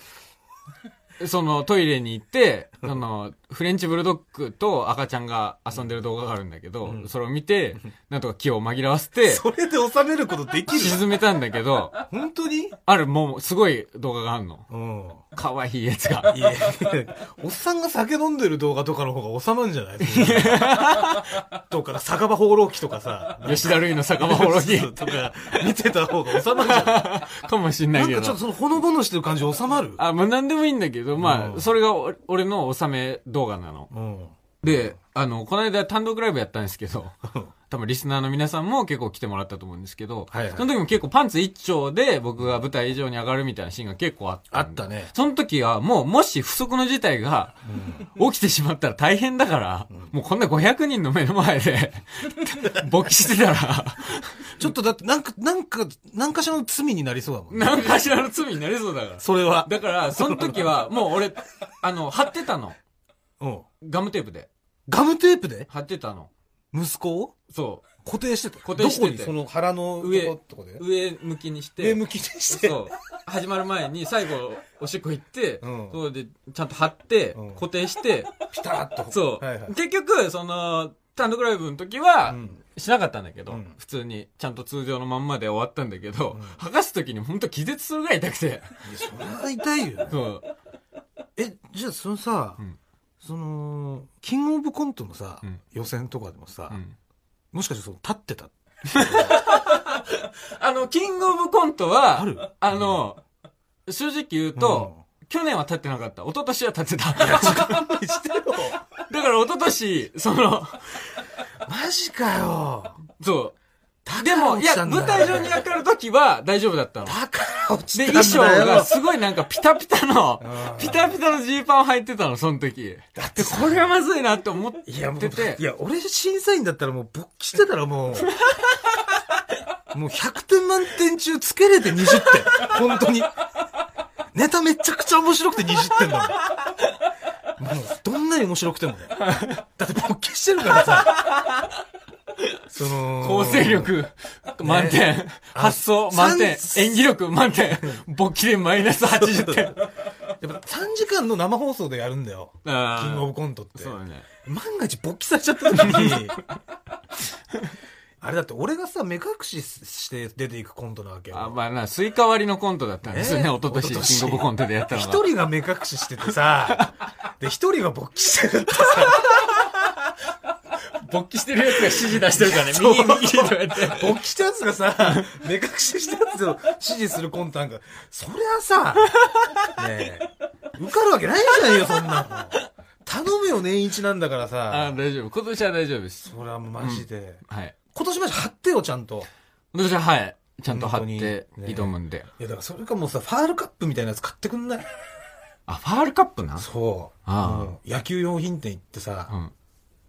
[SPEAKER 1] そのトイレに行って、あの、フレンチブルドッグと赤ちゃんが遊んでる動画があるんだけど、
[SPEAKER 2] うん
[SPEAKER 1] それを見て、なんとか気を紛らわせて、
[SPEAKER 2] それで収めることできる
[SPEAKER 1] 沈めたんだけど、
[SPEAKER 2] 本当に
[SPEAKER 1] あるもうすごい動画があるの。
[SPEAKER 2] うん。
[SPEAKER 1] 可愛いやつ が。
[SPEAKER 2] いやおっさんが酒飲んでる動画とかの方が収まるんじゃないとか、酒場放浪記とかさ。
[SPEAKER 1] 吉田類の酒場ほろぎ
[SPEAKER 2] とか、見てた方が収まるじゃない
[SPEAKER 1] かもしんな
[SPEAKER 2] ないん
[SPEAKER 1] けど。
[SPEAKER 2] かちょっとそのほのぼのしてる感じ収まる
[SPEAKER 1] あ、まあ、なんでもいいんだけど、ま
[SPEAKER 2] う
[SPEAKER 1] あ、
[SPEAKER 2] ん
[SPEAKER 1] それがお俺の納め動画なの。
[SPEAKER 2] うん。
[SPEAKER 1] で、あの、この間単独ライブやったんですけど
[SPEAKER 2] うん、
[SPEAKER 1] 多分リスナーの皆さんも結構来てもらったと思うんですけど、
[SPEAKER 2] はいはい
[SPEAKER 1] その時も結構パンツ一丁で僕が舞台以上に上がるみたいなシーンが結構あった
[SPEAKER 2] あ
[SPEAKER 1] んで。
[SPEAKER 2] ったね。
[SPEAKER 1] その時はもうもし不測の事態が起きてしまったら大変だから、もうこんな500人の目の前で 勃起してたら、
[SPEAKER 2] ちょっとだって、なんか、なんか、なんかしらの罪になりそうだもんね。
[SPEAKER 1] 何かしらの罪になりそうだから。
[SPEAKER 2] それは。
[SPEAKER 1] だから、その時はもう俺、あの、貼ってたの。
[SPEAKER 2] うん。
[SPEAKER 1] ガムテープで。
[SPEAKER 2] ガムテープで
[SPEAKER 1] 貼ってたの。
[SPEAKER 2] 息子を
[SPEAKER 1] そ
[SPEAKER 2] 固定してた。
[SPEAKER 1] 固定してて
[SPEAKER 2] どこにその腹の
[SPEAKER 1] 上
[SPEAKER 2] とことこで
[SPEAKER 1] う。上向きにして。
[SPEAKER 2] 上向きにして。
[SPEAKER 1] そう。始まる前に最後、おしっこ行って、
[SPEAKER 2] うん
[SPEAKER 1] そうで、ちゃんと貼って、
[SPEAKER 2] うん
[SPEAKER 1] 固定して、
[SPEAKER 2] ピタッと。
[SPEAKER 1] そう。
[SPEAKER 2] はいはい。
[SPEAKER 1] 結局、その、単独ライブの時は、
[SPEAKER 2] うん
[SPEAKER 1] しなかったんだけど、
[SPEAKER 2] うん
[SPEAKER 1] 普通に、ちゃんと通常のまんまで終わったんだけど、
[SPEAKER 2] うん
[SPEAKER 1] 剥がす時に本当気絶するぐらい痛く て。
[SPEAKER 2] いやそれは痛いよね。
[SPEAKER 1] そう。
[SPEAKER 2] えじゃあそのさ、
[SPEAKER 1] うん
[SPEAKER 2] そのキングオブコントのさ、
[SPEAKER 1] うん
[SPEAKER 2] 予選とかでもさ、
[SPEAKER 1] うん
[SPEAKER 2] もしかしてその立ってた
[SPEAKER 1] あの、キングオブコントは、
[SPEAKER 2] ある
[SPEAKER 1] あの、正直言うと、去年は立ってなかった。一昨年は立ってた。
[SPEAKER 2] うんしてよ
[SPEAKER 1] だから一昨年、その、
[SPEAKER 2] マジかよ
[SPEAKER 1] そでも、
[SPEAKER 2] 落
[SPEAKER 1] い
[SPEAKER 2] ちた
[SPEAKER 1] や、
[SPEAKER 2] んだ
[SPEAKER 1] 舞台上に上がるときは大丈夫だったの。
[SPEAKER 2] だから落ち
[SPEAKER 1] で、
[SPEAKER 2] たん
[SPEAKER 1] 衣装
[SPEAKER 2] だよ。
[SPEAKER 1] がすごいなんかピタピタの、ピタピタのジーパンを履いてたの、その時。だってこれはまずいなって思っ
[SPEAKER 2] いや、もう
[SPEAKER 1] てて
[SPEAKER 2] い。や、俺審査員だったらもう勃起してたらも う、もう100点満点中つけれて20点。本当に。ネタめちゃくちゃ面白くて20点だもん。もう、どんなに面白くてもね。だって勃起してるからさ。その、
[SPEAKER 1] 構成力、満点、発想、満点、
[SPEAKER 2] 三
[SPEAKER 1] 演技力、満点、勃起でマイナス80点。
[SPEAKER 3] やっぱ3時間の生放送でやるんだよ。キングオブ
[SPEAKER 1] あ
[SPEAKER 3] コントって
[SPEAKER 1] ー。そうだね。
[SPEAKER 2] 万が一勃起されちゃった時に、 あれだって俺がさ、目隠しして出ていくコントなわけよ。
[SPEAKER 1] あまあな、スイカ割りのコントだったんですよね、
[SPEAKER 2] ね
[SPEAKER 1] 一昨年
[SPEAKER 2] 一昨
[SPEAKER 1] キ
[SPEAKER 2] 年
[SPEAKER 1] ングオブコントでやったの
[SPEAKER 2] 一
[SPEAKER 1] が。
[SPEAKER 2] 人が目隠ししてて さ、で、一人が勃起してるってさ、
[SPEAKER 1] 勃起してるやつが指示出してるからね、右右とかやって。
[SPEAKER 2] 勃起したやつがさ、目隠ししたやつを指示するコントなんか、そりゃさ、ねえ、受かるわけないじゃんよ、そんなの。頼むよ、年一なんだから
[SPEAKER 1] あ
[SPEAKER 2] さ。
[SPEAKER 1] 大丈夫。今年は大丈夫です。
[SPEAKER 2] それはもうマジで。
[SPEAKER 1] はい。
[SPEAKER 2] 今年マジ貼ってよ、ちゃんと。
[SPEAKER 1] 今年ははい。ちゃんと貼っ
[SPEAKER 2] 本当に
[SPEAKER 1] て
[SPEAKER 2] ね
[SPEAKER 1] 挑むんで。
[SPEAKER 2] いや、だからそれかもうさ、ファールカップみたいなやつ買ってくんない
[SPEAKER 1] あ、ファールカップな
[SPEAKER 2] そう。
[SPEAKER 1] ああ
[SPEAKER 2] うん野球用品店行ってさ、
[SPEAKER 1] うん。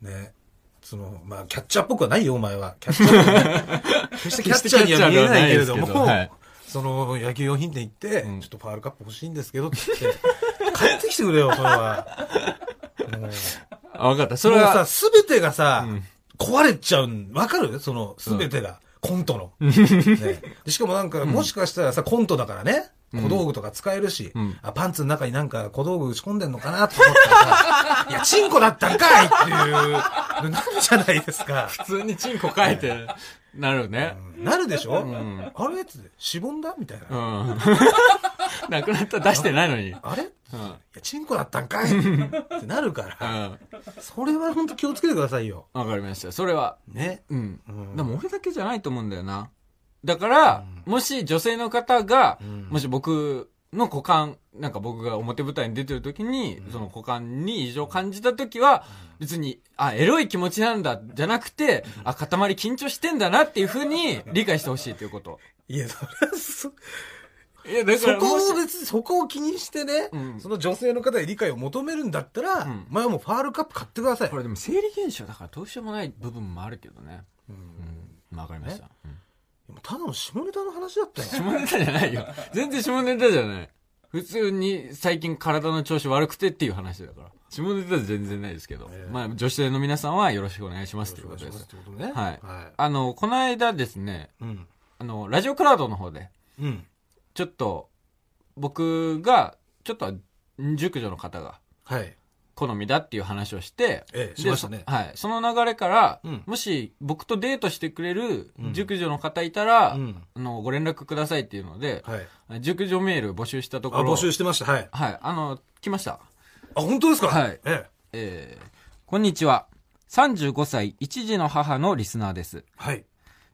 [SPEAKER 2] ね。その、まあ、キャッチャーっぽくはないよ、お前は。キャッチャー。 決してキャッチャーには見えないけれども、
[SPEAKER 1] 決してキャッチャーではないです
[SPEAKER 2] その、野球用品店行って、
[SPEAKER 1] うん
[SPEAKER 2] ちょっとファールカップ欲しいんですけどって言って、買ってきてくれよ、そ れは。もう
[SPEAKER 1] あ、わかった。そ
[SPEAKER 2] そ
[SPEAKER 1] れ
[SPEAKER 2] れ
[SPEAKER 1] は
[SPEAKER 2] さ、、すべてがさ、
[SPEAKER 1] うん
[SPEAKER 2] 壊れちゃうん、わかるその、すべてが、コン トの、ねでしかもなんか、もしかしたらさ、コントだからね、小道具とか使えるし、
[SPEAKER 1] うん
[SPEAKER 2] あ、パンツの中になんか小道具打ち込んでんのかなと思ったら さ、いや、チンコだったんかいっていう、なるじゃないですか。
[SPEAKER 1] 普通にチンコ書いて、なるね。
[SPEAKER 2] うんなるでしょ、
[SPEAKER 1] ん
[SPEAKER 2] あれって、しぼんだみたいな。
[SPEAKER 1] うん。なくなった、出してないのに。
[SPEAKER 2] あれい
[SPEAKER 1] うん。うん。
[SPEAKER 2] や、チンコだったんかいってなるから、それは本当気をつけてくださいよ。
[SPEAKER 1] わかりました。それは。
[SPEAKER 2] ね。
[SPEAKER 1] うん。
[SPEAKER 2] うん
[SPEAKER 1] でも俺だけじゃないと思うんだよな。だから、もし女性の方が、
[SPEAKER 2] ん
[SPEAKER 1] もし僕の股間、なんか僕が表舞台に出てる時に、その股間に異常を感じた時は、別に、あ、エロい気持ちなんだ、じゃなくて、あ、塊緊張してんだなっていうふうに理解してほしいということ。
[SPEAKER 2] いや、それはそ、
[SPEAKER 1] いや、だ
[SPEAKER 2] そこ
[SPEAKER 1] もし
[SPEAKER 2] を別に、そこを気にしてね、
[SPEAKER 1] うん
[SPEAKER 2] その女性の方に理解を求めるんだったら、
[SPEAKER 1] ん
[SPEAKER 2] 前はもうファールカップ買ってください
[SPEAKER 1] こ。れでも生理現象だからどうしようもない部分もあるけどね。
[SPEAKER 2] うん
[SPEAKER 1] うん。わかりました。うん
[SPEAKER 2] でもただの下ネタの話だったよ。
[SPEAKER 1] 下ネタじゃない よ。全然下ネタじゃない。普通に最近体の調子悪くてっていう話だから。下ネタじゃ全然ないですけど。
[SPEAKER 2] ええ
[SPEAKER 1] まあ女性の皆さんはよろしくお願いしますということです
[SPEAKER 2] っ。てことね。
[SPEAKER 1] はい
[SPEAKER 2] は
[SPEAKER 1] あの、この間ですね、
[SPEAKER 2] い。うん。
[SPEAKER 1] あの、ラジオクラウドの方で、
[SPEAKER 2] うん。
[SPEAKER 1] ちょっと、僕が、ちょっと、熟女の方が
[SPEAKER 2] はい。
[SPEAKER 1] 好みだっていう話をして、
[SPEAKER 2] ええ、
[SPEAKER 1] で
[SPEAKER 2] しましたね
[SPEAKER 1] そ。はい。その流れから、
[SPEAKER 2] うん
[SPEAKER 1] もし僕とデートしてくれる
[SPEAKER 2] うん
[SPEAKER 1] 熟女の方いたら、
[SPEAKER 2] うん。
[SPEAKER 1] あの、ご連絡くださいっていうので、
[SPEAKER 2] はい。
[SPEAKER 1] 熟女メール募集したとこ
[SPEAKER 2] あ、
[SPEAKER 1] ろ、
[SPEAKER 2] 募集してました。はい。
[SPEAKER 1] はい、あの、来ました。
[SPEAKER 2] あ、本当ですか
[SPEAKER 1] はい
[SPEAKER 2] ええ。
[SPEAKER 1] えー、こんにちは。35歳、一児の母のリスナーです。
[SPEAKER 2] はい。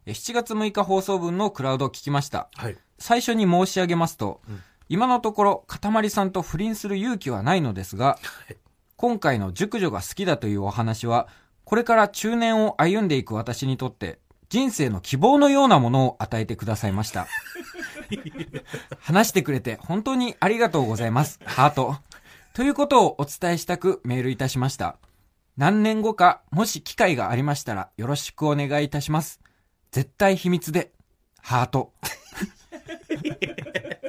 [SPEAKER 1] えー7月6日放送分のクラウドを聞きました。
[SPEAKER 2] はい。
[SPEAKER 1] 最初に申し上げますと、
[SPEAKER 2] うん
[SPEAKER 1] 今のところ、かたまりさんと不倫する勇気はないのですが、
[SPEAKER 2] い
[SPEAKER 1] 今回の熟女が好きだというお話は、これから中年を歩んでいく私にとって、人生の希望のようなものを与えてくださいま した。話してくれて本当にありがとうございます。ハート。ということをお伝えしたくメールいたしました。何年後か、もし機会がありましたら、よろしくお願いいたします。絶対秘密で、ハート。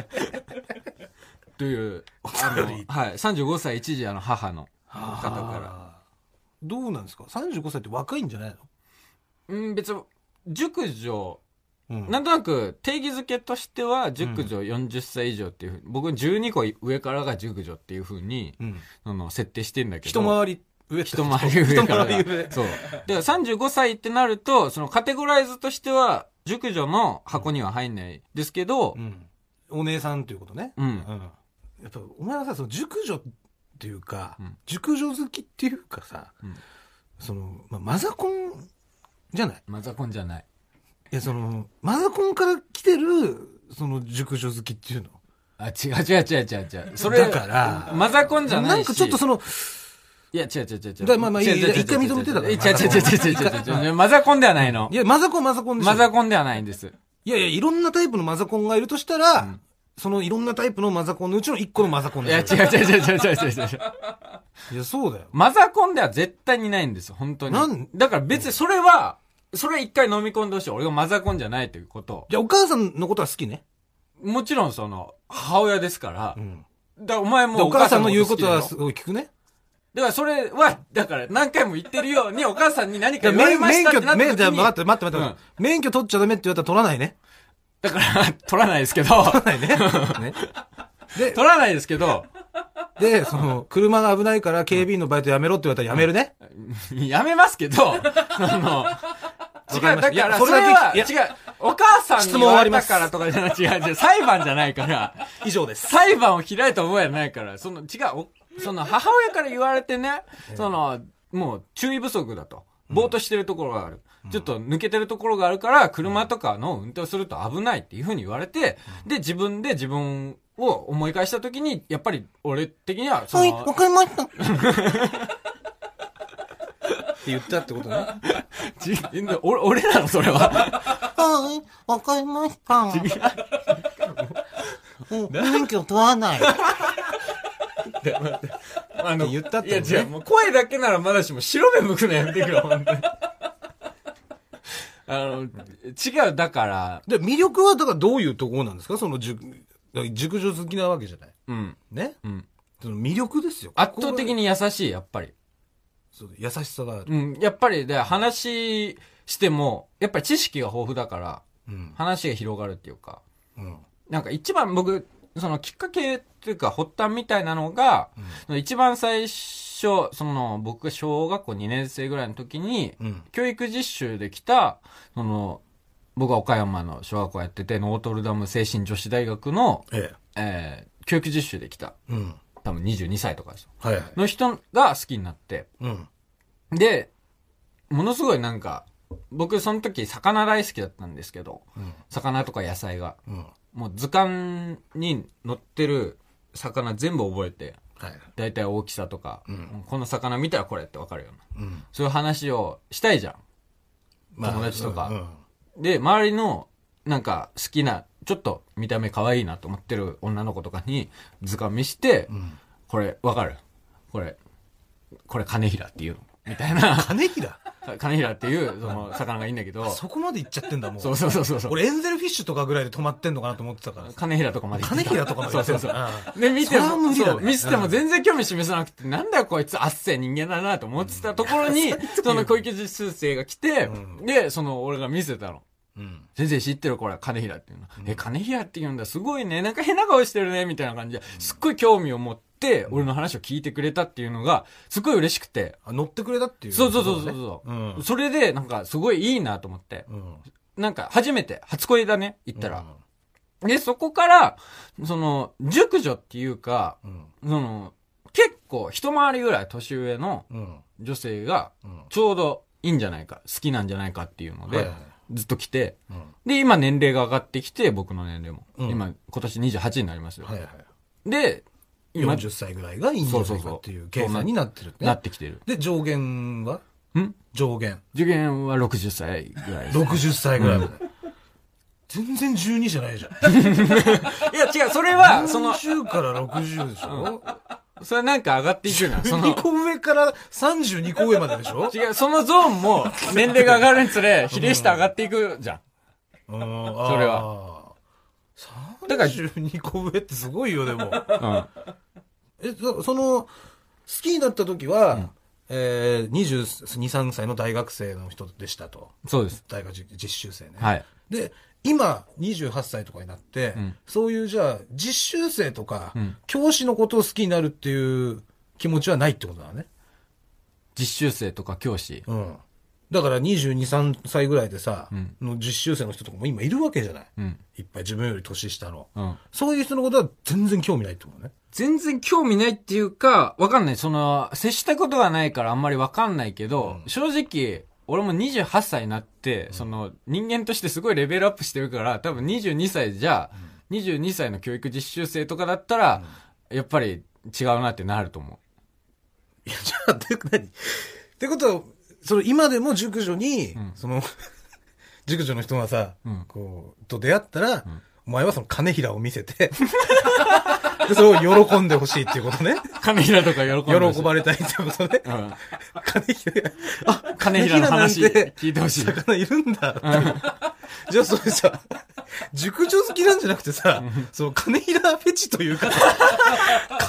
[SPEAKER 1] という、あの、はい、35歳一時あの母の方から。
[SPEAKER 2] ら。どうなんですか ?35 歳って若いんじゃない
[SPEAKER 1] うん、別に、熟女、
[SPEAKER 2] のうん
[SPEAKER 1] なんとなく定義づけとしては、熟女40歳以上っていうふうに、僕12個上からが熟女っていうふうに、
[SPEAKER 2] うん。
[SPEAKER 1] あの、設定してんだけど。
[SPEAKER 2] 一回り上って
[SPEAKER 1] 一
[SPEAKER 2] こと
[SPEAKER 1] 回り上から
[SPEAKER 2] 一回り上
[SPEAKER 1] が。そう。だから35歳ってなると、そのカテゴライズとしては、熟女の箱には入んないですけど、
[SPEAKER 2] うん。お姉さんということね。
[SPEAKER 1] うん
[SPEAKER 2] う。んやっぱお前はさその熟女っていうか、
[SPEAKER 1] うん
[SPEAKER 2] 熟女好きっていうかさ、
[SPEAKER 1] うん
[SPEAKER 2] その、まあ、マザコンじゃない
[SPEAKER 1] マザコンじゃない。
[SPEAKER 2] いやそのマザコンから来てるその熟女好きっていうの
[SPEAKER 1] あ、違う違う違う違う違う。それ、
[SPEAKER 2] だから
[SPEAKER 1] マザコンじゃないし。
[SPEAKER 2] なんかちょっとその
[SPEAKER 1] いや、違う違う違う違う。
[SPEAKER 2] だまあまあいい
[SPEAKER 1] 違う違う違う
[SPEAKER 2] 一回認めてたから
[SPEAKER 1] 違う違う違う違う違う違う。マザコンではないの
[SPEAKER 2] い。や、マザコン、マザコンでしょ。
[SPEAKER 1] マザコンではないんです。
[SPEAKER 2] いやいや、いろんなタイプのマザコンがいるとしたら、そのいろんなタイプのマザコンのうちの一個のマザコン
[SPEAKER 1] い
[SPEAKER 2] で
[SPEAKER 1] や、違う
[SPEAKER 2] しょ
[SPEAKER 1] 違う違う違う違う違う違う。
[SPEAKER 2] いや、そうだよ。
[SPEAKER 1] マザコンでは絶対にないんです、本当に。
[SPEAKER 2] なん
[SPEAKER 1] だから別にそれは、それは一回飲み込んでほしい。俺がマザコンじゃないということを。
[SPEAKER 2] じゃあ、お母さんのことは好きね。
[SPEAKER 1] もちろんその、母親ですから。
[SPEAKER 2] ん。
[SPEAKER 1] だからお前
[SPEAKER 2] で
[SPEAKER 1] も
[SPEAKER 2] お母さんの言うことは
[SPEAKER 1] 好き
[SPEAKER 2] す
[SPEAKER 1] だよ
[SPEAKER 2] ごい聞くね。
[SPEAKER 1] だからそれは、だから何回も言ってるよう にお母さんに何
[SPEAKER 2] じ
[SPEAKER 1] か
[SPEAKER 2] ゃあ
[SPEAKER 1] 言われ
[SPEAKER 2] 免
[SPEAKER 1] まし
[SPEAKER 2] 免
[SPEAKER 1] たって
[SPEAKER 2] 許、
[SPEAKER 1] なった時
[SPEAKER 2] 免
[SPEAKER 1] に
[SPEAKER 2] 許、待って、待って、待って。免許取っちゃダメって言われたら取らないね。
[SPEAKER 1] だから、取らないですけ ど、
[SPEAKER 2] 取らない ね。ね。で、
[SPEAKER 1] 取らないですけど、
[SPEAKER 2] で、その、車が危ないから警備員のバイトやめろって言われたらやめるね。
[SPEAKER 1] やめますけど、あの、違う、だから、そ
[SPEAKER 2] わかりましたいやそ
[SPEAKER 1] れ
[SPEAKER 2] れだけ
[SPEAKER 1] は、違
[SPEAKER 2] いうや、
[SPEAKER 1] お母さんに
[SPEAKER 2] 質問
[SPEAKER 1] 言われた
[SPEAKER 2] 終わります
[SPEAKER 1] からとかじゃない、違う、違う、裁判じゃないから、
[SPEAKER 2] 以上です。
[SPEAKER 1] 裁判を開いた覚えはないから、その、違う、おその、母親から言われてね、その、もう、注意不足だと。ぼーっとしてるところがある。ちょっと抜けてるところがあるから、車とかの運転をすると危ないっていうふうに言われて、で、自分で自分を思い返したときに、やっぱり、俺的には、その、
[SPEAKER 2] かりました。って言ったってことね。
[SPEAKER 1] ち俺、俺なの、それは。
[SPEAKER 2] はい、わかりました。免許取らない。
[SPEAKER 1] あの、
[SPEAKER 2] 言ったって
[SPEAKER 1] いや
[SPEAKER 2] ことね
[SPEAKER 1] 違う、もう声だけならまだしも白目向くのやめてくれ、本当に。あの、違う、だから、
[SPEAKER 2] で、魅力はだからどういうところなんですかその熟、だから熟女好きなわけじゃない。
[SPEAKER 1] うん、
[SPEAKER 2] ね
[SPEAKER 1] うん。
[SPEAKER 2] その魅力ですよ。
[SPEAKER 1] 圧倒的に優しい、やっぱり。
[SPEAKER 2] そう。優しさがある。
[SPEAKER 1] うん、やっぱり、で、話しても、やっぱり知識が豊富だから、
[SPEAKER 2] うん。
[SPEAKER 1] 話が広がるっていうか、
[SPEAKER 2] うん。
[SPEAKER 1] なんか一番僕、そのきっかけっていうか発端みたいなのが、一番最初、その僕が小学校2年生ぐらいの時に、
[SPEAKER 2] うん。
[SPEAKER 1] 教育実習で来た、その、僕は岡山の小学校やってて、ノートルダム精神女子大学の、
[SPEAKER 2] え
[SPEAKER 1] えー教育実習で来た、
[SPEAKER 2] え。うん。
[SPEAKER 1] 多分22歳とかですよ
[SPEAKER 2] はいはい。
[SPEAKER 1] の人が好きになって、
[SPEAKER 2] うん。
[SPEAKER 1] で、ものすごいなんか、僕その時魚大好きだったんですけど、
[SPEAKER 2] うん。
[SPEAKER 1] 魚とか野菜が、
[SPEAKER 2] うん。は
[SPEAKER 1] もう図鑑に載ってる魚全部覚えて、
[SPEAKER 2] い。
[SPEAKER 1] だいたい大きさとか、
[SPEAKER 2] ん
[SPEAKER 1] この魚見たらこれってわかるような。
[SPEAKER 2] うん。
[SPEAKER 1] そういう話をしたいじゃん。
[SPEAKER 2] まあ
[SPEAKER 1] 友達とか
[SPEAKER 2] うん
[SPEAKER 1] で、周りの、なんか、好きな、ちょっと見た目可愛いなと思ってる女の子とかに、図鑑見して、
[SPEAKER 2] ん
[SPEAKER 1] これ、わかるこれ、これ、金平っていうの。みたい な、
[SPEAKER 2] 金平
[SPEAKER 1] 金平っていう、その、魚がいいんだ けど、
[SPEAKER 2] そこまで行っちゃってんだもん。
[SPEAKER 1] そうそうそうそうそう。
[SPEAKER 2] 俺エンゼルフィッシュとかぐらいで止まってんのかなと思ってたから。
[SPEAKER 1] 金平とかまで行って
[SPEAKER 2] 金
[SPEAKER 1] た
[SPEAKER 2] 平とかまで
[SPEAKER 1] そ
[SPEAKER 2] 行
[SPEAKER 1] う
[SPEAKER 2] って
[SPEAKER 1] そ
[SPEAKER 2] た
[SPEAKER 1] うそう。
[SPEAKER 2] うん
[SPEAKER 1] で、見て
[SPEAKER 2] それは無
[SPEAKER 1] も、
[SPEAKER 2] 理だね
[SPEAKER 1] そう見せても全然興味示さなくて、なんだよこいつ、あっせえ人間だなと思ってたところに、 その小池実習生が来て、で、その、俺が見せたの。
[SPEAKER 2] うん。
[SPEAKER 1] 先生知ってるこれ、金平っていうの。え、金平って言うんだ。すごいね。なんか変な顔してるね。みたいな感じで、すっごい興味を持って、俺の話を聞いてくれたっていうのが、すっごい嬉しくて。
[SPEAKER 2] あ、乗ってくれたっていう。
[SPEAKER 1] そうそうそうそうそう、
[SPEAKER 2] うん
[SPEAKER 1] それで、なんか、すごいいいなと思って。
[SPEAKER 2] うん。
[SPEAKER 1] なんか、初めて、初恋だね、行ったら。で、そこから、その、熟女っていうか、
[SPEAKER 2] うん。
[SPEAKER 1] その、結構、一回りぐらい年上の
[SPEAKER 2] うん。
[SPEAKER 1] 女性が、
[SPEAKER 2] うん。
[SPEAKER 1] ちょうどいいんじゃないか、好きなんじゃないかっていうので、
[SPEAKER 2] はいはい
[SPEAKER 1] ずっと来て、
[SPEAKER 2] うん
[SPEAKER 1] で、今年齢が上がってきて、僕の年齢も。
[SPEAKER 2] うん
[SPEAKER 1] 今、今年28になりますよ。
[SPEAKER 2] はいはい。
[SPEAKER 1] で、今、
[SPEAKER 2] 40歳ぐらいがいいんじゃな
[SPEAKER 1] そう
[SPEAKER 2] い
[SPEAKER 1] そう
[SPEAKER 2] か
[SPEAKER 1] そう
[SPEAKER 2] っていう計算になってるね
[SPEAKER 1] なってきてる。
[SPEAKER 2] で、上限は
[SPEAKER 1] ん
[SPEAKER 2] 上限。
[SPEAKER 1] 受験は60歳ぐらいです。
[SPEAKER 2] 60歳ぐらいまで。全然12じゃないじゃん。
[SPEAKER 1] いや、違う、それは、その、
[SPEAKER 2] 40から60でしょ
[SPEAKER 1] それなんか上がっていくな。そ
[SPEAKER 2] ?2
[SPEAKER 1] の、
[SPEAKER 2] 個上から32個上まででし ょ
[SPEAKER 1] 違う、そのゾーンも、年齢が上がるにつれ、比例して上がっていくじゃん。
[SPEAKER 2] それ
[SPEAKER 1] それ
[SPEAKER 2] は。
[SPEAKER 1] だから
[SPEAKER 2] 32個上ってすごいよ、でも。
[SPEAKER 1] うん。
[SPEAKER 2] え、そその、好きになった時は、えー、22、3歳の大学生の人でしたと。
[SPEAKER 1] そうです。
[SPEAKER 2] 大学実習生ね。
[SPEAKER 1] はい。
[SPEAKER 2] で、今、28歳とかになって、
[SPEAKER 1] ん
[SPEAKER 2] そういうじゃあ、実習生とか、
[SPEAKER 1] ん
[SPEAKER 2] 教師のことを好きになるっていう気持ちはないってことだね。
[SPEAKER 1] 実習生とか教師。
[SPEAKER 2] うん。だから22、3歳ぐらいでさ、
[SPEAKER 1] ん
[SPEAKER 2] の実習生の人とかも今いるわけじゃない。
[SPEAKER 1] うん。
[SPEAKER 2] いっぱい自分より年下の。
[SPEAKER 1] うん。
[SPEAKER 2] そういう人のことは全然興味ないってことね。
[SPEAKER 1] 全然興味ないっていうか、わかんない。その、接したことがないからあんまりわかんないけど、
[SPEAKER 2] うん
[SPEAKER 1] 正直、俺も28歳になって、その、人間としてすごいレベルアップしてるから、多分22歳じゃ、22歳の教育実習生とかだったら、やっぱり違うなってなると思
[SPEAKER 2] いや、じゃあ、ていうか何ってことは、その今でも熟女に、
[SPEAKER 1] ん
[SPEAKER 2] その、 熟女の人がさ、
[SPEAKER 1] うん
[SPEAKER 2] こう、と出会ったら、お前はその金平を見せて、 でそれを喜んでほしいっていう ことね。
[SPEAKER 1] 金平とか喜んでほしい
[SPEAKER 2] 喜ばれたいっていうことね。
[SPEAKER 1] うん
[SPEAKER 2] 金平、あ、
[SPEAKER 1] 金平の話
[SPEAKER 2] 金平なんて
[SPEAKER 1] 聞いてほしい。
[SPEAKER 2] 魚いるんだって。 じゃあそれさ、熟女好きなんじゃなくてさ、その金平フェチというかさ、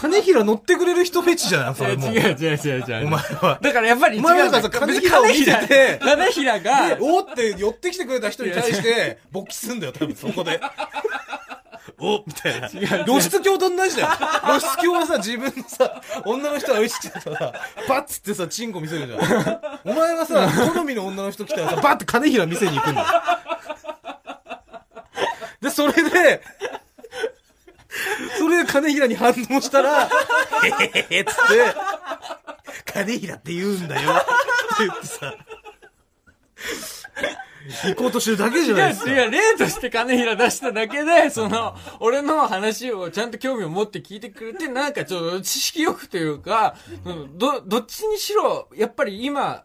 [SPEAKER 2] 金平乗ってくれる人フェチじゃん、それもう。
[SPEAKER 1] 違う違う違う違う。
[SPEAKER 2] お前は。
[SPEAKER 1] だからやっぱり違う
[SPEAKER 2] お
[SPEAKER 1] んだ
[SPEAKER 2] 前
[SPEAKER 1] よ。
[SPEAKER 2] はだから金平を見せて、
[SPEAKER 1] 金平 が、
[SPEAKER 2] でおーって寄ってきてくれた人に対して、勃起すんだよ、多分そこで。 おみたいな。露出鏡と同じだよ。露出鏡はさ、自分のさ、女の人が愛してたらさ、バッつってさ、チンコ見せるじゃん。お前はさ、好みの女の人来たらさ、バッて金平見せに行くんだよ。で、それで、それで金平に反応したら、へへへへっつって、金平って言うんだよ。って言ってさ、行こうとしてるだけじゃないですか。
[SPEAKER 1] 違う違う、例として金平出しただけ で、その、俺の話をちゃんと興味を持って聞いてくれて、なんかちょっと知識欲というか、うんど、どっちにしろ、やっぱり今、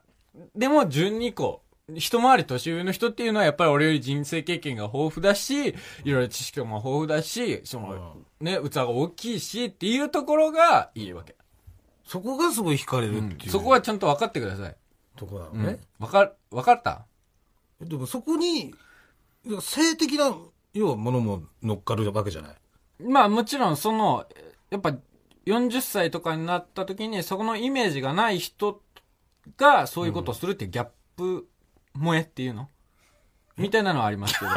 [SPEAKER 1] でも12個。一回り年上の人っていうのはやっぱり俺より人生経験が豊富だし、いろいろ知識も豊富だし、その、ね、器が大きいしっていうところがいいわけ。
[SPEAKER 2] そこがすごい惹かれるっていう、
[SPEAKER 1] そこはちゃんと分かってください。
[SPEAKER 2] とこな
[SPEAKER 1] う
[SPEAKER 2] のね
[SPEAKER 1] ん、。分か、分かった
[SPEAKER 2] でもそこに、性的な、要はものも乗っかるわけじゃない。
[SPEAKER 1] まあもちろんその、やっぱ40歳とかになった時にそこのイメージがない人がそういうことをするっていうギャップ萌えっていうの、みたいなのはありますけど、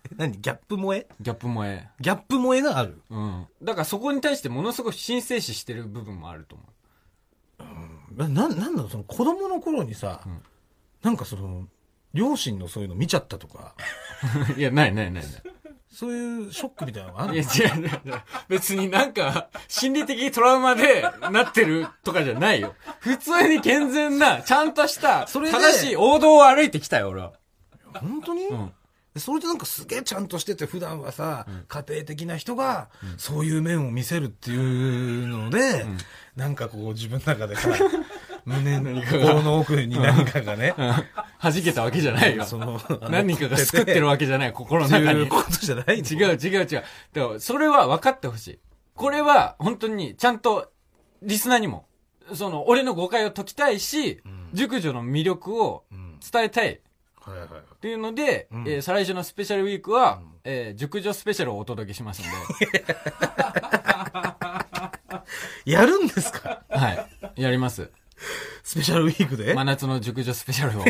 [SPEAKER 2] 何ギャップ萌え
[SPEAKER 1] ギャップ萌え。
[SPEAKER 2] ギャップ萌えがある。
[SPEAKER 1] うん。だからそこに対してものすごく神聖視してる部分もあると思
[SPEAKER 2] な、なんなんだろう、その子供の頃にさ、
[SPEAKER 1] ん
[SPEAKER 2] なんかその、両親のそういうの見ちゃったとか、
[SPEAKER 1] う。 いや、ないないない
[SPEAKER 2] そういうショックみたいなのがあ
[SPEAKER 1] ない。い
[SPEAKER 2] る
[SPEAKER 1] や、違う違う違う。別になんか、心理的トラウマでなってるとかじゃないよ。普通に健全な、ちゃんとした、
[SPEAKER 2] それで
[SPEAKER 1] 正しい王道を歩いてきたよ、俺は。
[SPEAKER 2] 本当に、
[SPEAKER 1] ん
[SPEAKER 2] それでなんかすげえちゃんとしてて、普段はさ、家庭的な人が、そういう面を見せるっていうので、なんかこう自分の中で さ、胸の心の奥に何かがね、
[SPEAKER 1] 弾けたわけじゃないよ。
[SPEAKER 2] その、
[SPEAKER 1] 何かが救ってるわけじゃない、心の
[SPEAKER 2] って
[SPEAKER 1] 中
[SPEAKER 2] い
[SPEAKER 1] に。違
[SPEAKER 2] うことじゃない違
[SPEAKER 1] う違う違う。だから、それは分かってほしい。これは、本当に、ちゃんと、リスナーにも、その、俺の誤解を解きたいし、熟女の魅力を
[SPEAKER 2] うん。
[SPEAKER 1] 伝えたい。
[SPEAKER 2] はいはいはい。
[SPEAKER 1] っていうので、
[SPEAKER 2] ん
[SPEAKER 1] えー再来週のスペシャルウィークは、えー熟女スペシャルをお届けしますんで、
[SPEAKER 2] やるんですか
[SPEAKER 1] はい。やります。
[SPEAKER 2] スペシャルウィークで、
[SPEAKER 1] 真夏の熟女スペシ ャルを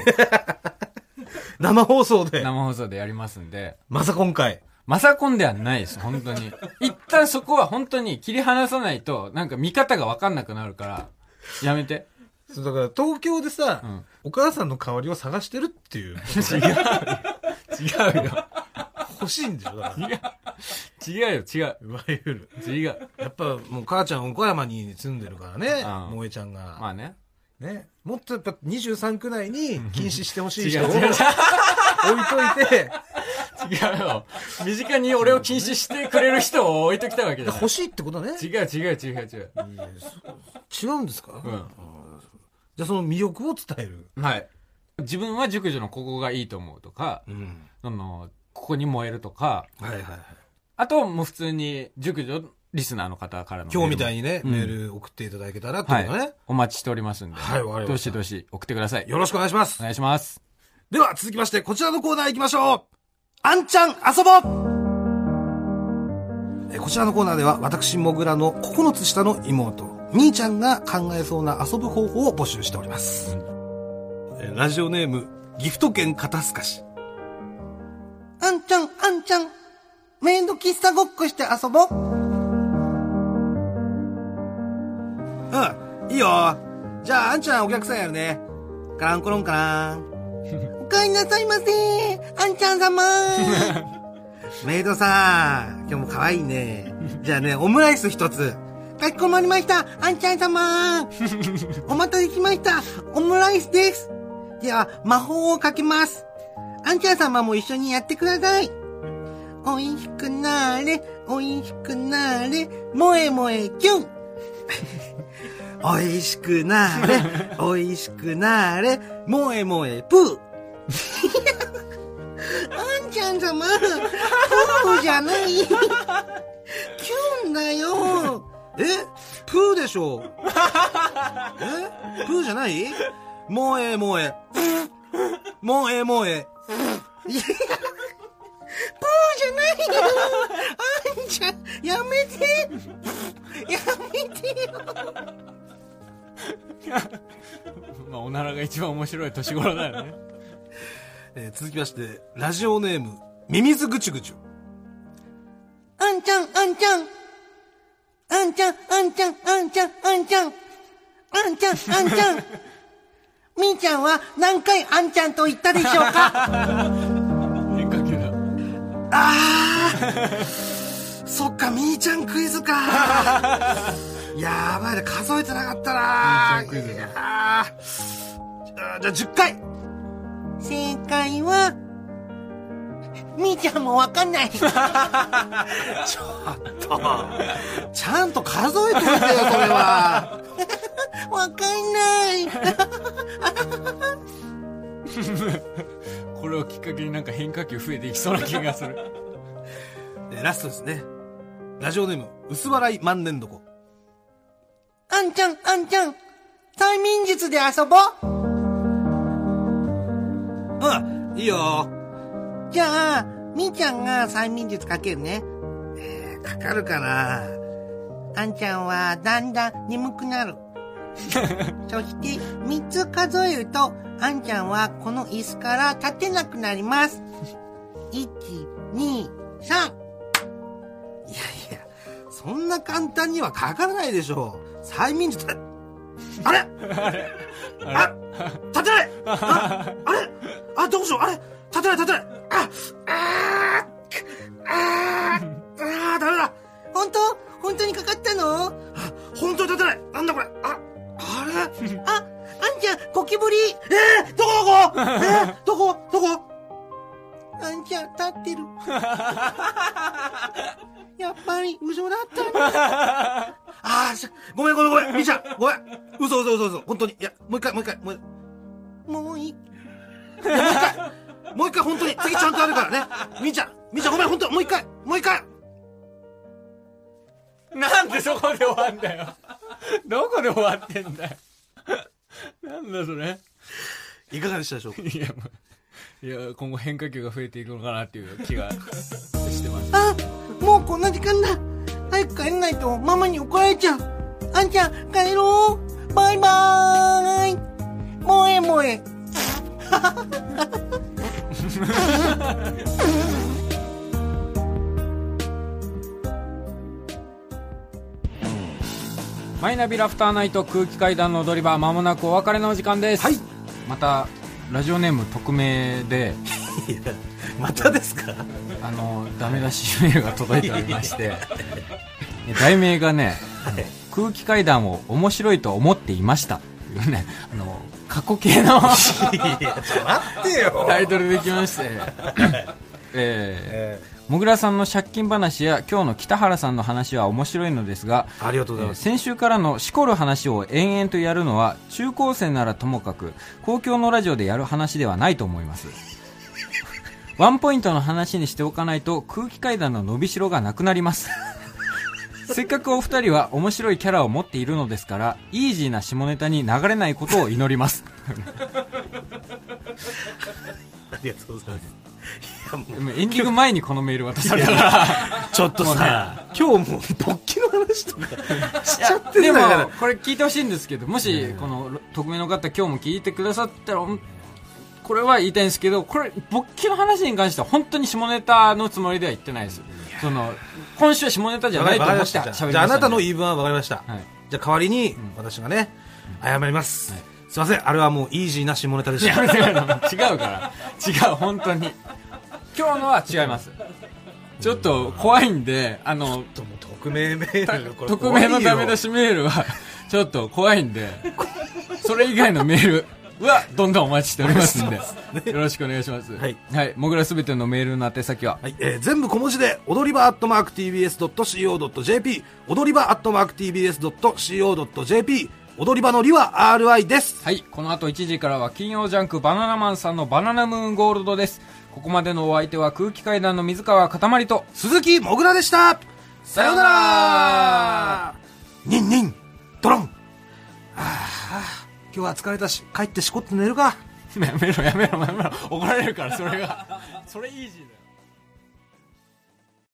[SPEAKER 2] 生放送で。
[SPEAKER 1] 生放送でやりますんで、
[SPEAKER 2] まさ今回。
[SPEAKER 1] マサコンではないです、本当に。一旦そこは本当に切り離さないと、なんか見方がわかんなくなるから、やめて。
[SPEAKER 2] そうだから東京でさ、
[SPEAKER 1] ん
[SPEAKER 2] お母さんの代わりを探してるっ ていう。
[SPEAKER 1] 違うよ。
[SPEAKER 2] 欲しいんでしょだから。
[SPEAKER 1] 違うよ、違う。
[SPEAKER 2] いわゆる。
[SPEAKER 1] 違う。
[SPEAKER 2] やっぱもう母ちゃん岡山に住んでるからね、
[SPEAKER 1] うん
[SPEAKER 2] 萌えちゃんが。
[SPEAKER 1] まあね。
[SPEAKER 2] ね。もっとやっぱ23区内に禁止してほし
[SPEAKER 1] 違う、
[SPEAKER 2] い人
[SPEAKER 1] 違
[SPEAKER 2] を
[SPEAKER 1] う、
[SPEAKER 2] 置い
[SPEAKER 1] 違う。
[SPEAKER 2] と いて、
[SPEAKER 1] 違うよ。身近に俺を禁止してくれる人を置いときたわけじゃない
[SPEAKER 2] 欲しいってことね。
[SPEAKER 1] 違う、違う、違う、違う。
[SPEAKER 2] いやそう違うんですか、
[SPEAKER 1] うん。
[SPEAKER 2] じゃあその魅力を伝える。
[SPEAKER 1] はい。自分は熟女のここがいいと思うとか、
[SPEAKER 2] うん。
[SPEAKER 1] その、ここに燃えるとか、
[SPEAKER 2] はいはいはい。
[SPEAKER 1] あともう普通に熟女リスナーの方からのメールも。
[SPEAKER 2] 今日みたいにね、
[SPEAKER 1] うん
[SPEAKER 2] メール送っていただけたらってこ
[SPEAKER 1] は
[SPEAKER 2] とね、
[SPEAKER 1] い。お待ちしておりますんで。
[SPEAKER 2] はいわかり
[SPEAKER 1] ど
[SPEAKER 2] ま
[SPEAKER 1] し
[SPEAKER 2] した
[SPEAKER 1] どし送ってください。
[SPEAKER 2] よろしくお願いします
[SPEAKER 1] お。願いします。
[SPEAKER 2] では続きましてこちらのコーナー行きましょうあんちゃん遊ぼうえーこちらのコーナーでは私もぐらの9つ下の妹兄ちゃんが考えそうな遊ぶ方法を募集しております、えーラジオネームギフト券肩透かしあんちゃんあんちゃんメイド喫茶ごっこして遊ぼううんいいよじゃああんちゃんお客さんやるねカランコロンカランおかえりなさいませあんちゃん様メイドさん、今日も可愛いね。じゃあね、オムライス一つ。かしこまりましたあんちゃん様お待たせしましたオムライスですでは、魔法をかけますあんちゃん様も一緒にやってくださいおいしくなれ、おいしくなれ、もえもえキュン
[SPEAKER 3] おいしくな れ、おいしくなれ、もえもえぷー。 あんちゃん様、プーじゃない。キュンだよ。えプーでしょえプーじゃないもえもえ。もえもえ。いやプーじゃないよ。 あんちゃん、やめて。やめてよ。
[SPEAKER 1] まあ、おならが一番面白い年頃だ よね。
[SPEAKER 2] えー続きまして、ラジオネーム、ミミズぐちゅぐちゅ。
[SPEAKER 3] あんちゃん、あんちゃん。あんちゃん、あんちゃん、あんちゃん、あんちゃん。あんちゃん、あんちゃん。みーちゃんは何回あんちゃんと言ったでしょうか
[SPEAKER 1] 変化球だ。
[SPEAKER 3] そっか、みーちゃんクイズ か。やばいね、数えてなかったな。
[SPEAKER 1] みーちゃんクイズだ
[SPEAKER 3] いやーあーじゃあ10回。正解は、みーちゃんもわかんない。ちょっと、ちゃんと数えてみてよ、それは。わかんない。
[SPEAKER 1] これをきっかけになんか変化球増えていきそうな気がする。
[SPEAKER 2] えーラストです ね。ラジオネーム、薄笑い万年床。
[SPEAKER 3] あんちゃん、あんちゃん、催眠術で遊ぼう。
[SPEAKER 2] うん、いいよ。
[SPEAKER 3] じゃあ、みーちゃんが催眠術かけるね。
[SPEAKER 2] かかるかな
[SPEAKER 3] あんちゃんはだんだん眠 くなる。そして3つ数えると、あんちゃんはこの椅子から立てなくなります。1、2、3。
[SPEAKER 2] いやいや、そんな簡単にはかからないでしょう。催眠術、 あれあれ立てないああれあ、どうしようあれ立てない立てないああーあーあーダメだ
[SPEAKER 3] 本当本当にかかったのあ、
[SPEAKER 2] あ本当に立てないなんだこれあ、あれ
[SPEAKER 3] あんちゃん、ゴキブリ。
[SPEAKER 2] えー、どこどこえー、どこどこ
[SPEAKER 3] あんちゃん、立ってる。やっぱり嘘だったね。
[SPEAKER 2] ああ、しごめんごめんごめん、みーちゃん、ごめん。嘘嘘嘘嘘、本当に。いや、もう一回もう一回、もう
[SPEAKER 3] もういい。
[SPEAKER 2] もう一回本当に、次ちゃんとあるからね。みーちゃん、みーちゃんごめん、本当もう一回、もう一回。
[SPEAKER 1] なんでそこで終わんだよ。 どこで終わってんだよ。なんだそれ。
[SPEAKER 2] いかがでしたでしょうか
[SPEAKER 1] いや、もういや、今後変化球が増えていくのかなっていう気が してます。
[SPEAKER 3] あ、もうこんな時間だ。早く帰らないとママに怒られちゃう。あんちゃん、帰ろう。バイバーイ。もえもえ。
[SPEAKER 1] マイナビラフターナイト空気階段の踊り場、まもなくお別れのお時間です。はい。また、ラジオネーム匿名で、
[SPEAKER 2] いやまたです か
[SPEAKER 1] あの、ダメ出しメールが届いておりま して、題名がね、空気階段を面白いと思っていましたっていうね、あの、過去形 の
[SPEAKER 2] いや、ちょっと待ってよ。
[SPEAKER 1] タイトルできまして、 え
[SPEAKER 2] え
[SPEAKER 1] ー、もぐらさんの借金話や今日の北原さんの話は面白いのですが、
[SPEAKER 2] ーありがとうござ
[SPEAKER 1] えー
[SPEAKER 2] います。
[SPEAKER 1] 先週からのしこる話を延々とやるのは中高生ならともかく公共のラジオでやる話ではないと思いますワンポイントの話にしておかないと空気階段の伸びしろがなくなります せっかくお二人は面白いキャラを持っているのですからイージーな下ネタに流れないことを祈り ます
[SPEAKER 2] ありがとうござ います。いや、も
[SPEAKER 1] でもエンディング前にこのメール渡されたから
[SPEAKER 2] う、ちょっとさ、今日もう、勃起の話とかしちゃって
[SPEAKER 1] で
[SPEAKER 2] るん
[SPEAKER 1] も
[SPEAKER 2] だから。
[SPEAKER 1] これ聞いてほしいんですけどもしこの匿名の方今日も聞いてくださったらほんこれは言いたいんですけどこれ勃起の話に関しては本当に下ネタのつもりでは言ってないですその今週は下ネタじゃ
[SPEAKER 2] わ
[SPEAKER 1] な
[SPEAKER 2] か
[SPEAKER 1] い
[SPEAKER 2] り
[SPEAKER 1] と
[SPEAKER 2] わ
[SPEAKER 1] 思
[SPEAKER 2] かりま
[SPEAKER 1] っ
[SPEAKER 2] してた
[SPEAKER 1] 喋りました、
[SPEAKER 2] じゃあ、あなたの言い分は分かりました。
[SPEAKER 1] はい
[SPEAKER 2] じゃあ、代わりに、私がね、謝ります。
[SPEAKER 1] はい
[SPEAKER 2] すいません、あれはもう、イージーな下ネタでした。
[SPEAKER 1] 違うから違う本当に今日のは違いますちょっと怖いんであの
[SPEAKER 2] ちょっともう匿名メールこれ
[SPEAKER 1] 匿名のダメ出
[SPEAKER 2] し
[SPEAKER 1] しメールはちょっと怖いんでそれ以外のメールはどんどんお待ちしておりますんでよろしくお願いします
[SPEAKER 2] はい、
[SPEAKER 1] もぐらすべてのメールの宛先は
[SPEAKER 2] はいえー全部小文字で踊り場アットマーク TBS.CO.JP 踊り場アットマーク TBS.CO.JP 踊り場のりは RI です。
[SPEAKER 1] はい、この後1時からは金曜ジャンクバナナマンさんのバナナムーンゴールドです。ここまでのお相手は空気階段の水川かたまりと、
[SPEAKER 2] 鈴木もぐらでしたさような らニンニンドロンああ今日は疲れたし帰ってしこって寝るか
[SPEAKER 1] やめろやめろやめろ怒られるからそれがそれイージーだよ